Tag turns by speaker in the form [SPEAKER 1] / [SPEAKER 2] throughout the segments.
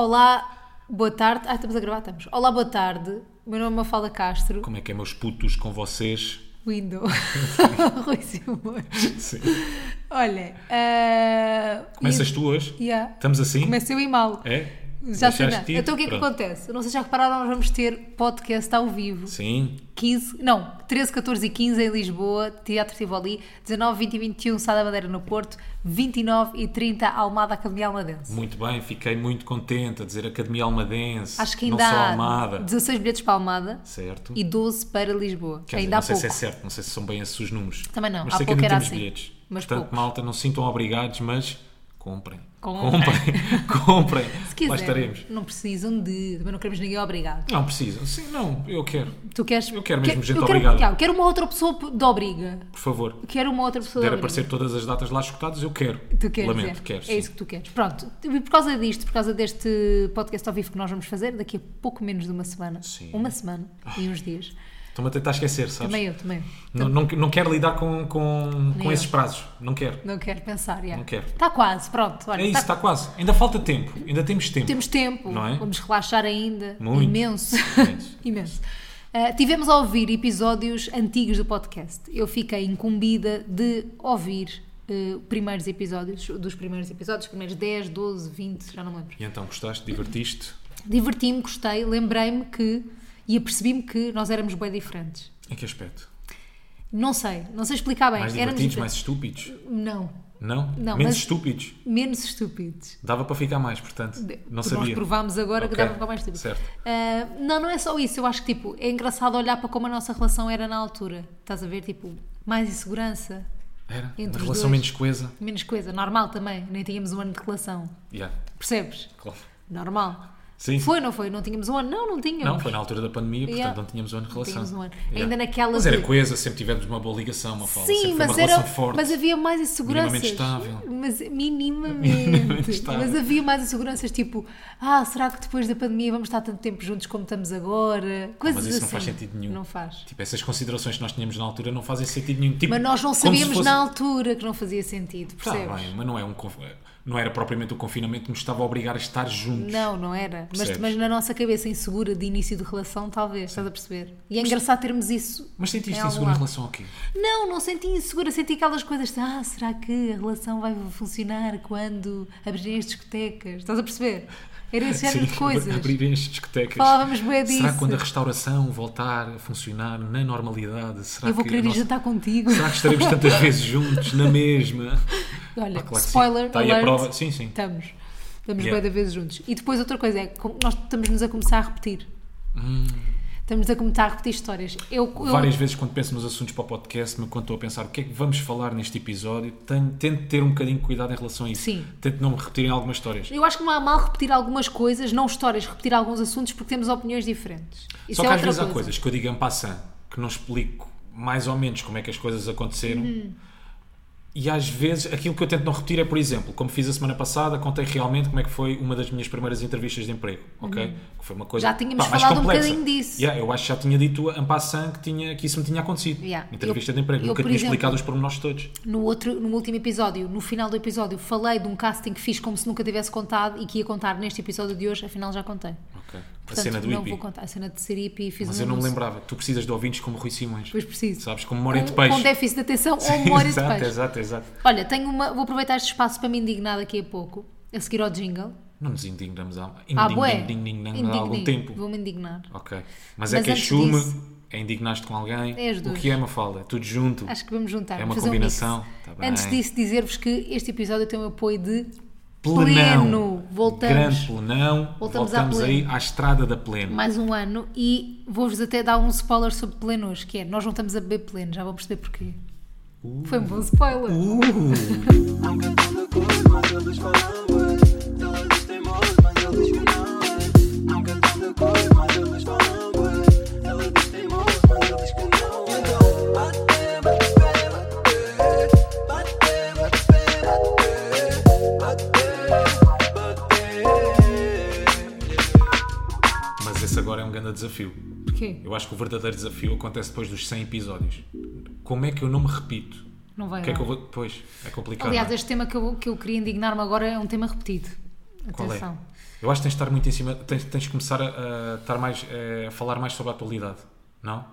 [SPEAKER 1] Olá, boa tarde. Ah, estamos a gravar, estamos. Olá, boa tarde. O Meu nome é Mafalda Castro.
[SPEAKER 2] Como é que é, meus putos, com vocês?
[SPEAKER 1] Window. Rui Simões.
[SPEAKER 2] Sim.
[SPEAKER 1] Olha. Uh...
[SPEAKER 2] Começas tu hoje?
[SPEAKER 1] Yeah.
[SPEAKER 2] Estamos assim?
[SPEAKER 1] Começa eu e mal.
[SPEAKER 2] É?
[SPEAKER 1] Já sei
[SPEAKER 2] Deixaste
[SPEAKER 1] nada.
[SPEAKER 2] ir?
[SPEAKER 1] Então o que é que
[SPEAKER 2] Pronto.
[SPEAKER 1] acontece? Não sei se já repararam, nós vamos ter podcast ao vivo.
[SPEAKER 2] Sim.
[SPEAKER 1] 15, não, 13, 14 e 15 em Lisboa, Teatro Tivoli, 19, 20 e 21, Sá da Bandeira no Porto, 29 e 30, Almada Academia Almadense.
[SPEAKER 2] Muito bem, fiquei muito contente a dizer Academia Almadense.
[SPEAKER 1] Acho que
[SPEAKER 2] não
[SPEAKER 1] ainda
[SPEAKER 2] só
[SPEAKER 1] há
[SPEAKER 2] Almada.
[SPEAKER 1] 16 bilhetes para Almada
[SPEAKER 2] Certo.
[SPEAKER 1] e 12 para Lisboa.
[SPEAKER 2] Quer dizer,
[SPEAKER 1] ainda
[SPEAKER 2] não
[SPEAKER 1] há
[SPEAKER 2] sei
[SPEAKER 1] pouco.
[SPEAKER 2] se é certo, não sei se são bem esses os números.
[SPEAKER 1] Também não,
[SPEAKER 2] Mas
[SPEAKER 1] há
[SPEAKER 2] sei
[SPEAKER 1] pouco
[SPEAKER 2] que ainda
[SPEAKER 1] era
[SPEAKER 2] temos
[SPEAKER 1] assim.
[SPEAKER 2] bilhetes.
[SPEAKER 1] Mas
[SPEAKER 2] Portanto,
[SPEAKER 1] poucos.
[SPEAKER 2] malta, não se sintam obrigados, mas comprem.
[SPEAKER 1] Comprem.
[SPEAKER 2] Comprem. comprem.
[SPEAKER 1] Se quiser,
[SPEAKER 2] Lá estaremos.
[SPEAKER 1] não precisam de. Também não queremos ninguém obrigado.
[SPEAKER 2] Não precisam. Sim, não, eu quero.
[SPEAKER 1] Tu queres.
[SPEAKER 2] Eu quero mesmo
[SPEAKER 1] que-
[SPEAKER 2] gente
[SPEAKER 1] eu quero,
[SPEAKER 2] obrigada.
[SPEAKER 1] Claro, quero uma outra pessoa p- de obriga.
[SPEAKER 2] Por favor. Se
[SPEAKER 1] Quero uma outra pessoa de
[SPEAKER 2] puder
[SPEAKER 1] obriga.
[SPEAKER 2] aparecer todas as datas lá escutadas, eu quero.
[SPEAKER 1] Tu queres,
[SPEAKER 2] Lamento,
[SPEAKER 1] é.
[SPEAKER 2] quero.
[SPEAKER 1] é
[SPEAKER 2] sim.
[SPEAKER 1] isso que tu queres. Pronto, e por causa disto, por causa deste podcast ao vivo que nós vamos fazer, daqui a pouco menos de uma semana,
[SPEAKER 2] Sim. Ah.
[SPEAKER 1] uma semana e uns dias,
[SPEAKER 2] Estou-me a tentar esquecer, sabes?
[SPEAKER 1] também eu, também eu.
[SPEAKER 2] Não, não, não quero lidar com, com,
[SPEAKER 1] Nem
[SPEAKER 2] com
[SPEAKER 1] eu.
[SPEAKER 2] esses prazos. Não quero.
[SPEAKER 1] Não quero pensar, já.
[SPEAKER 2] Não quero.
[SPEAKER 1] Está quase, pronto, olha,
[SPEAKER 2] É isso,
[SPEAKER 1] tá-
[SPEAKER 2] está quase. Ainda falta tempo. Ainda temos tempo.
[SPEAKER 1] temos tempo,
[SPEAKER 2] Não é?
[SPEAKER 1] vamos relaxar ainda,
[SPEAKER 2] Muito.
[SPEAKER 1] imenso,
[SPEAKER 2] Imenso.
[SPEAKER 1] imenso. Ah, tivemos a ouvir episódios antigos do podcast, eu fiquei incumbida de ouvir eh, primeiros episódios, dos primeiros episódios, os primeiros 10, 12, 20, já não me lembro.
[SPEAKER 2] E então, gostaste? Divertiste?
[SPEAKER 1] Diverti-me, gostei, lembrei-me que e apercebi-me que nós éramos bem diferentes.
[SPEAKER 2] Em que aspecto?
[SPEAKER 1] Não sei, não sei explicar bem.
[SPEAKER 2] Mais
[SPEAKER 1] éramos
[SPEAKER 2] divertidos? Mais estúpidos?
[SPEAKER 1] difer- Não,
[SPEAKER 2] Não?
[SPEAKER 1] Não,
[SPEAKER 2] Menos
[SPEAKER 1] mas-
[SPEAKER 2] estúpidos?
[SPEAKER 1] menos estúpidos.
[SPEAKER 2] Dava para ficar mais, portanto. Não
[SPEAKER 1] Nós
[SPEAKER 2] sabia.
[SPEAKER 1] provámos agora que
[SPEAKER 2] Ok,
[SPEAKER 1] dava para ficar mais estúpido.
[SPEAKER 2] Certo.
[SPEAKER 1] Ah, não, não é só isso. Eu acho que tipo, é engraçado olhar para como a nossa relação era na altura. Estás a ver? Tipo, mais insegurança,
[SPEAKER 2] Era.
[SPEAKER 1] Entre
[SPEAKER 2] Uma
[SPEAKER 1] os
[SPEAKER 2] relação
[SPEAKER 1] dois.
[SPEAKER 2] menos coesa.
[SPEAKER 1] menos coisa. Normal também. Nem tínhamos um ano de relação.
[SPEAKER 2] Yeah.
[SPEAKER 1] Percebes?
[SPEAKER 2] Claro.
[SPEAKER 1] Normal.
[SPEAKER 2] Sim.
[SPEAKER 1] Foi, não foi? Não tínhamos um ano? Não, não tínhamos.
[SPEAKER 2] Não, foi na altura da pandemia, portanto
[SPEAKER 1] Yeah.
[SPEAKER 2] não tínhamos um ano de relação.
[SPEAKER 1] tínhamos um ano.
[SPEAKER 2] Yeah.
[SPEAKER 1] Ainda naquela
[SPEAKER 2] Mas era
[SPEAKER 1] de-
[SPEAKER 2] coesa, sempre tivemos uma boa ligação, uma fala. sempre
[SPEAKER 1] Sim,
[SPEAKER 2] foi
[SPEAKER 1] mas,
[SPEAKER 2] uma
[SPEAKER 1] era,
[SPEAKER 2] relação forte.
[SPEAKER 1] mas havia mais inseguranças.
[SPEAKER 2] Minimamente estável.
[SPEAKER 1] Mas
[SPEAKER 2] Minimamente
[SPEAKER 1] minimamente. Tipo,
[SPEAKER 2] estável.
[SPEAKER 1] mas havia mais inseguranças, tipo, ah, será que depois da pandemia vamos estar tanto tempo juntos como estamos agora? Coisas
[SPEAKER 2] Mas isso
[SPEAKER 1] assim.
[SPEAKER 2] não faz sentido nenhum.
[SPEAKER 1] Não faz.
[SPEAKER 2] Tipo, essas considerações que nós tínhamos na altura não fazem sentido nenhum. Tipo,
[SPEAKER 1] Mas nós não
[SPEAKER 2] como se
[SPEAKER 1] sabíamos
[SPEAKER 2] fosse-
[SPEAKER 1] na altura que não fazia sentido,
[SPEAKER 2] Está
[SPEAKER 1] percebes?
[SPEAKER 2] bem, mas não, é um, conf- não era propriamente o confinamento que nos estava a obrigar a estar juntos.
[SPEAKER 1] Não, não era. Mas,
[SPEAKER 2] Percebes?
[SPEAKER 1] mas na nossa cabeça insegura de início de relação, talvez, estás a perceber? E é engraçado termos isso.
[SPEAKER 2] Mas
[SPEAKER 1] em
[SPEAKER 2] sentiste
[SPEAKER 1] algum
[SPEAKER 2] inseguro em
[SPEAKER 1] É um lado.
[SPEAKER 2] relação ao quê?
[SPEAKER 1] Não, não senti insegura, senti aquelas coisas de ah, será que a relação vai funcionar quando abrirem as discotecas? Estás a perceber? Era esse género de
[SPEAKER 2] Sim,
[SPEAKER 1] coisas.
[SPEAKER 2] Abrirem as discotecas.
[SPEAKER 1] Falávamos bué
[SPEAKER 2] Será
[SPEAKER 1] disso.
[SPEAKER 2] que quando a restauração voltar a funcionar na normalidade, será
[SPEAKER 1] Eu vou
[SPEAKER 2] que
[SPEAKER 1] querer ir
[SPEAKER 2] nós-
[SPEAKER 1] jantar contigo.
[SPEAKER 2] Será que estaremos tantas vezes juntos na mesma?
[SPEAKER 1] Olha,
[SPEAKER 2] Ah, claro que sim.
[SPEAKER 1] spoiler
[SPEAKER 2] Está aí
[SPEAKER 1] alert,
[SPEAKER 2] a prova. Sim, sim.
[SPEAKER 1] estamos. Estamos
[SPEAKER 2] Yeah.
[SPEAKER 1] bué de vezes juntos. E depois outra coisa é que com- nós estamos-nos a começar a repetir. Estamos a começar a repetir histórias. Eu, eu-
[SPEAKER 2] Várias vezes, quando penso nos assuntos para o podcast, me quando estou a pensar o que é que vamos falar neste episódio, tenho, tento ter um bocadinho de cuidado em relação a isso.
[SPEAKER 1] Sim.
[SPEAKER 2] Tento não me repetir em algumas histórias.
[SPEAKER 1] eu acho que não há mal repetir algumas coisas, não histórias, repetir alguns assuntos porque temos opiniões diferentes. Isso
[SPEAKER 2] Só
[SPEAKER 1] é
[SPEAKER 2] que às
[SPEAKER 1] outra
[SPEAKER 2] vezes há
[SPEAKER 1] coisa.
[SPEAKER 2] coisas que eu digo em passant, que não explico mais ou menos como é que as coisas aconteceram.
[SPEAKER 1] Uhum.
[SPEAKER 2] E às vezes aquilo que eu tento não repetir é, por exemplo, como fiz a semana passada, contei realmente como é que foi uma das minhas primeiras entrevistas de emprego, ok? Que foi uma coisa
[SPEAKER 1] Uhum. Já tínhamos
[SPEAKER 2] mais
[SPEAKER 1] falado um
[SPEAKER 2] complexa.
[SPEAKER 1] bocadinho disso.
[SPEAKER 2] Yeah, eu acho que já tinha dito em passant que, tinha, que isso me tinha acontecido.
[SPEAKER 1] Yeah.
[SPEAKER 2] Entrevista
[SPEAKER 1] Eu-
[SPEAKER 2] de emprego,
[SPEAKER 1] eu,
[SPEAKER 2] nunca
[SPEAKER 1] por
[SPEAKER 2] tinha
[SPEAKER 1] exemplo-
[SPEAKER 2] explicado os pormenores todos.
[SPEAKER 1] no, outro, no último episódio, no final do episódio, falei de um casting que fiz como se nunca tivesse contado e que ia contar neste episódio de hoje, afinal já contei.
[SPEAKER 2] Ok.
[SPEAKER 1] Portanto,
[SPEAKER 2] a cena do
[SPEAKER 1] não
[SPEAKER 2] IP.
[SPEAKER 1] vou contar. A cena de ser hippie fiz
[SPEAKER 2] Mas
[SPEAKER 1] um
[SPEAKER 2] eu não me
[SPEAKER 1] anúncio.
[SPEAKER 2] lembrava. Tu precisas de ouvintes como Rui Simões.
[SPEAKER 1] Pois preciso.
[SPEAKER 2] Sabes, com memória de
[SPEAKER 1] com,
[SPEAKER 2] peixe.
[SPEAKER 1] com déficit de atenção ou memória de
[SPEAKER 2] exato,
[SPEAKER 1] peixe.
[SPEAKER 2] exato, exato.
[SPEAKER 1] Olha, tenho uma, vou aproveitar este espaço para me indignar daqui a pouco, a seguir ao jingle.
[SPEAKER 2] Não nos indignamos há,
[SPEAKER 1] Ah,
[SPEAKER 2] indign-
[SPEAKER 1] bué.
[SPEAKER 2] indign- indign- há
[SPEAKER 1] Indignei.
[SPEAKER 2] algum tempo.
[SPEAKER 1] Vou-me indignar.
[SPEAKER 2] Ok. Mas, é
[SPEAKER 1] Mas
[SPEAKER 2] que é
[SPEAKER 1] antes
[SPEAKER 2] chume,
[SPEAKER 1] disso-
[SPEAKER 2] é indignaste com alguém.
[SPEAKER 1] É os
[SPEAKER 2] o
[SPEAKER 1] dois.
[SPEAKER 2] que é uma fala? Tudo junto.
[SPEAKER 1] Acho que vamos juntar.
[SPEAKER 2] É
[SPEAKER 1] vamos
[SPEAKER 2] uma
[SPEAKER 1] fazer um mix.
[SPEAKER 2] combinação. Tá bem.
[SPEAKER 1] Antes disso, dizer-vos que este episódio tem o apoio de Pleno. Voltamos.
[SPEAKER 2] Grande plenão.
[SPEAKER 1] Voltamos
[SPEAKER 2] Voltamos,
[SPEAKER 1] à
[SPEAKER 2] aí
[SPEAKER 1] pleno.
[SPEAKER 2] à estrada da pleno.
[SPEAKER 1] mais um ano e vou-vos até dar um spoiler sobre pleno hoje, que é nós não estamos a beber pleno, já vão perceber porquê.
[SPEAKER 2] Uh.
[SPEAKER 1] Foi um bom spoiler.
[SPEAKER 3] Nunca tão de acordo, mas eles falam bué. Eles têm moço, mas eles que não é. Nunca tão de acordo, mas eles falam bué. Eles têm moço, mas eles que não é. Então, bate, bate, bate, bate. Bate, bate, bate, bate.
[SPEAKER 2] Mas esse agora é um grande desafio.
[SPEAKER 1] Porquê?
[SPEAKER 2] Eu acho que o verdadeiro desafio acontece depois dos 100 episódios. Como é que eu não me repito?
[SPEAKER 1] Não vai
[SPEAKER 2] O que é
[SPEAKER 1] dar.
[SPEAKER 2] que eu vou... Pois, é complicado.
[SPEAKER 1] Aliás,
[SPEAKER 2] não é?
[SPEAKER 1] este tema que eu, que eu queria indignar-me agora é um tema repetido.
[SPEAKER 2] Qual é?
[SPEAKER 1] Atenção.
[SPEAKER 2] Eu acho que tens de estar muito em cima, tens, tens de começar a, a estar mais, eh, a falar mais sobre a atualidade, não?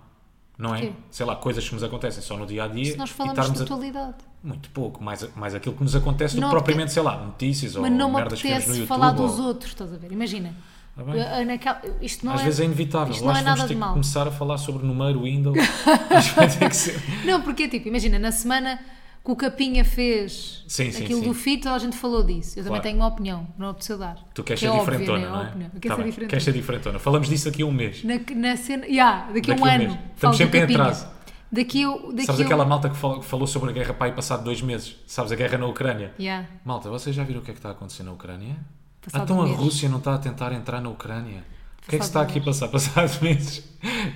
[SPEAKER 2] Não é?
[SPEAKER 1] Quê?
[SPEAKER 2] Sei lá, coisas que nos acontecem só no dia a dia.
[SPEAKER 1] Se nós
[SPEAKER 2] e
[SPEAKER 1] falamos
[SPEAKER 2] estarmos
[SPEAKER 1] de
[SPEAKER 2] a-
[SPEAKER 1] atualidade.
[SPEAKER 2] Muito pouco, mais, mais aquilo que nos acontece do
[SPEAKER 1] Não
[SPEAKER 2] que
[SPEAKER 1] apete-
[SPEAKER 2] propriamente, sei lá, notícias ou
[SPEAKER 1] Mas não me
[SPEAKER 2] merdas que vemos no
[SPEAKER 1] apetece
[SPEAKER 2] YouTube.
[SPEAKER 1] falar
[SPEAKER 2] ou-
[SPEAKER 1] dos outros, estás a ver? Imagina.
[SPEAKER 2] Tá bem?
[SPEAKER 1] eh, naquela- Isto não
[SPEAKER 2] Às
[SPEAKER 1] é.
[SPEAKER 2] vezes é inevitável.
[SPEAKER 1] isto
[SPEAKER 2] Eu
[SPEAKER 1] não
[SPEAKER 2] acho
[SPEAKER 1] é
[SPEAKER 2] que vamos
[SPEAKER 1] nada de
[SPEAKER 2] ter que
[SPEAKER 1] mal.
[SPEAKER 2] começar a falar sobre número, Windows. Isto vai ter que ser.
[SPEAKER 1] Não, porque é tipo, imagina, na semana que o Capinha fez
[SPEAKER 2] Sim, sim,
[SPEAKER 1] aquilo
[SPEAKER 2] sim.
[SPEAKER 1] do FIT, toda a gente falou disso. Eu também
[SPEAKER 2] Claro.
[SPEAKER 1] tenho uma opinião, não apeteceu dar.
[SPEAKER 2] Tu queres
[SPEAKER 1] Que
[SPEAKER 2] ser
[SPEAKER 1] é óbvia,
[SPEAKER 2] diferentona,
[SPEAKER 1] né?
[SPEAKER 2] não é?
[SPEAKER 1] Óbvio, não. Eu quero
[SPEAKER 2] Tá
[SPEAKER 1] ser
[SPEAKER 2] bem.
[SPEAKER 1] diferentona.
[SPEAKER 2] Queres ser diferentona. Falamos disso daqui a um mês.
[SPEAKER 1] Na, na cena. Yeah, daqui a
[SPEAKER 2] Daqui
[SPEAKER 1] um
[SPEAKER 2] a um
[SPEAKER 1] ano.
[SPEAKER 2] mês.
[SPEAKER 1] falo
[SPEAKER 2] Estamos
[SPEAKER 1] do
[SPEAKER 2] sempre em
[SPEAKER 1] Capinha.
[SPEAKER 2] atraso.
[SPEAKER 1] Daqui eu. Daqui um-
[SPEAKER 2] Sabes
[SPEAKER 1] eu...
[SPEAKER 2] aquela malta que falou, que falou sobre a guerra para aí passado dois meses? Sabes a guerra na Ucrânia?
[SPEAKER 1] Yeah.
[SPEAKER 2] Malta, vocês já viram o que é que está a acontecer na Ucrânia?
[SPEAKER 1] Passado
[SPEAKER 2] então a
[SPEAKER 1] meses.
[SPEAKER 2] Rússia não está a tentar entrar na Ucrânia. O que é que se está
[SPEAKER 1] Passado um
[SPEAKER 2] aqui a passar? Passado meses.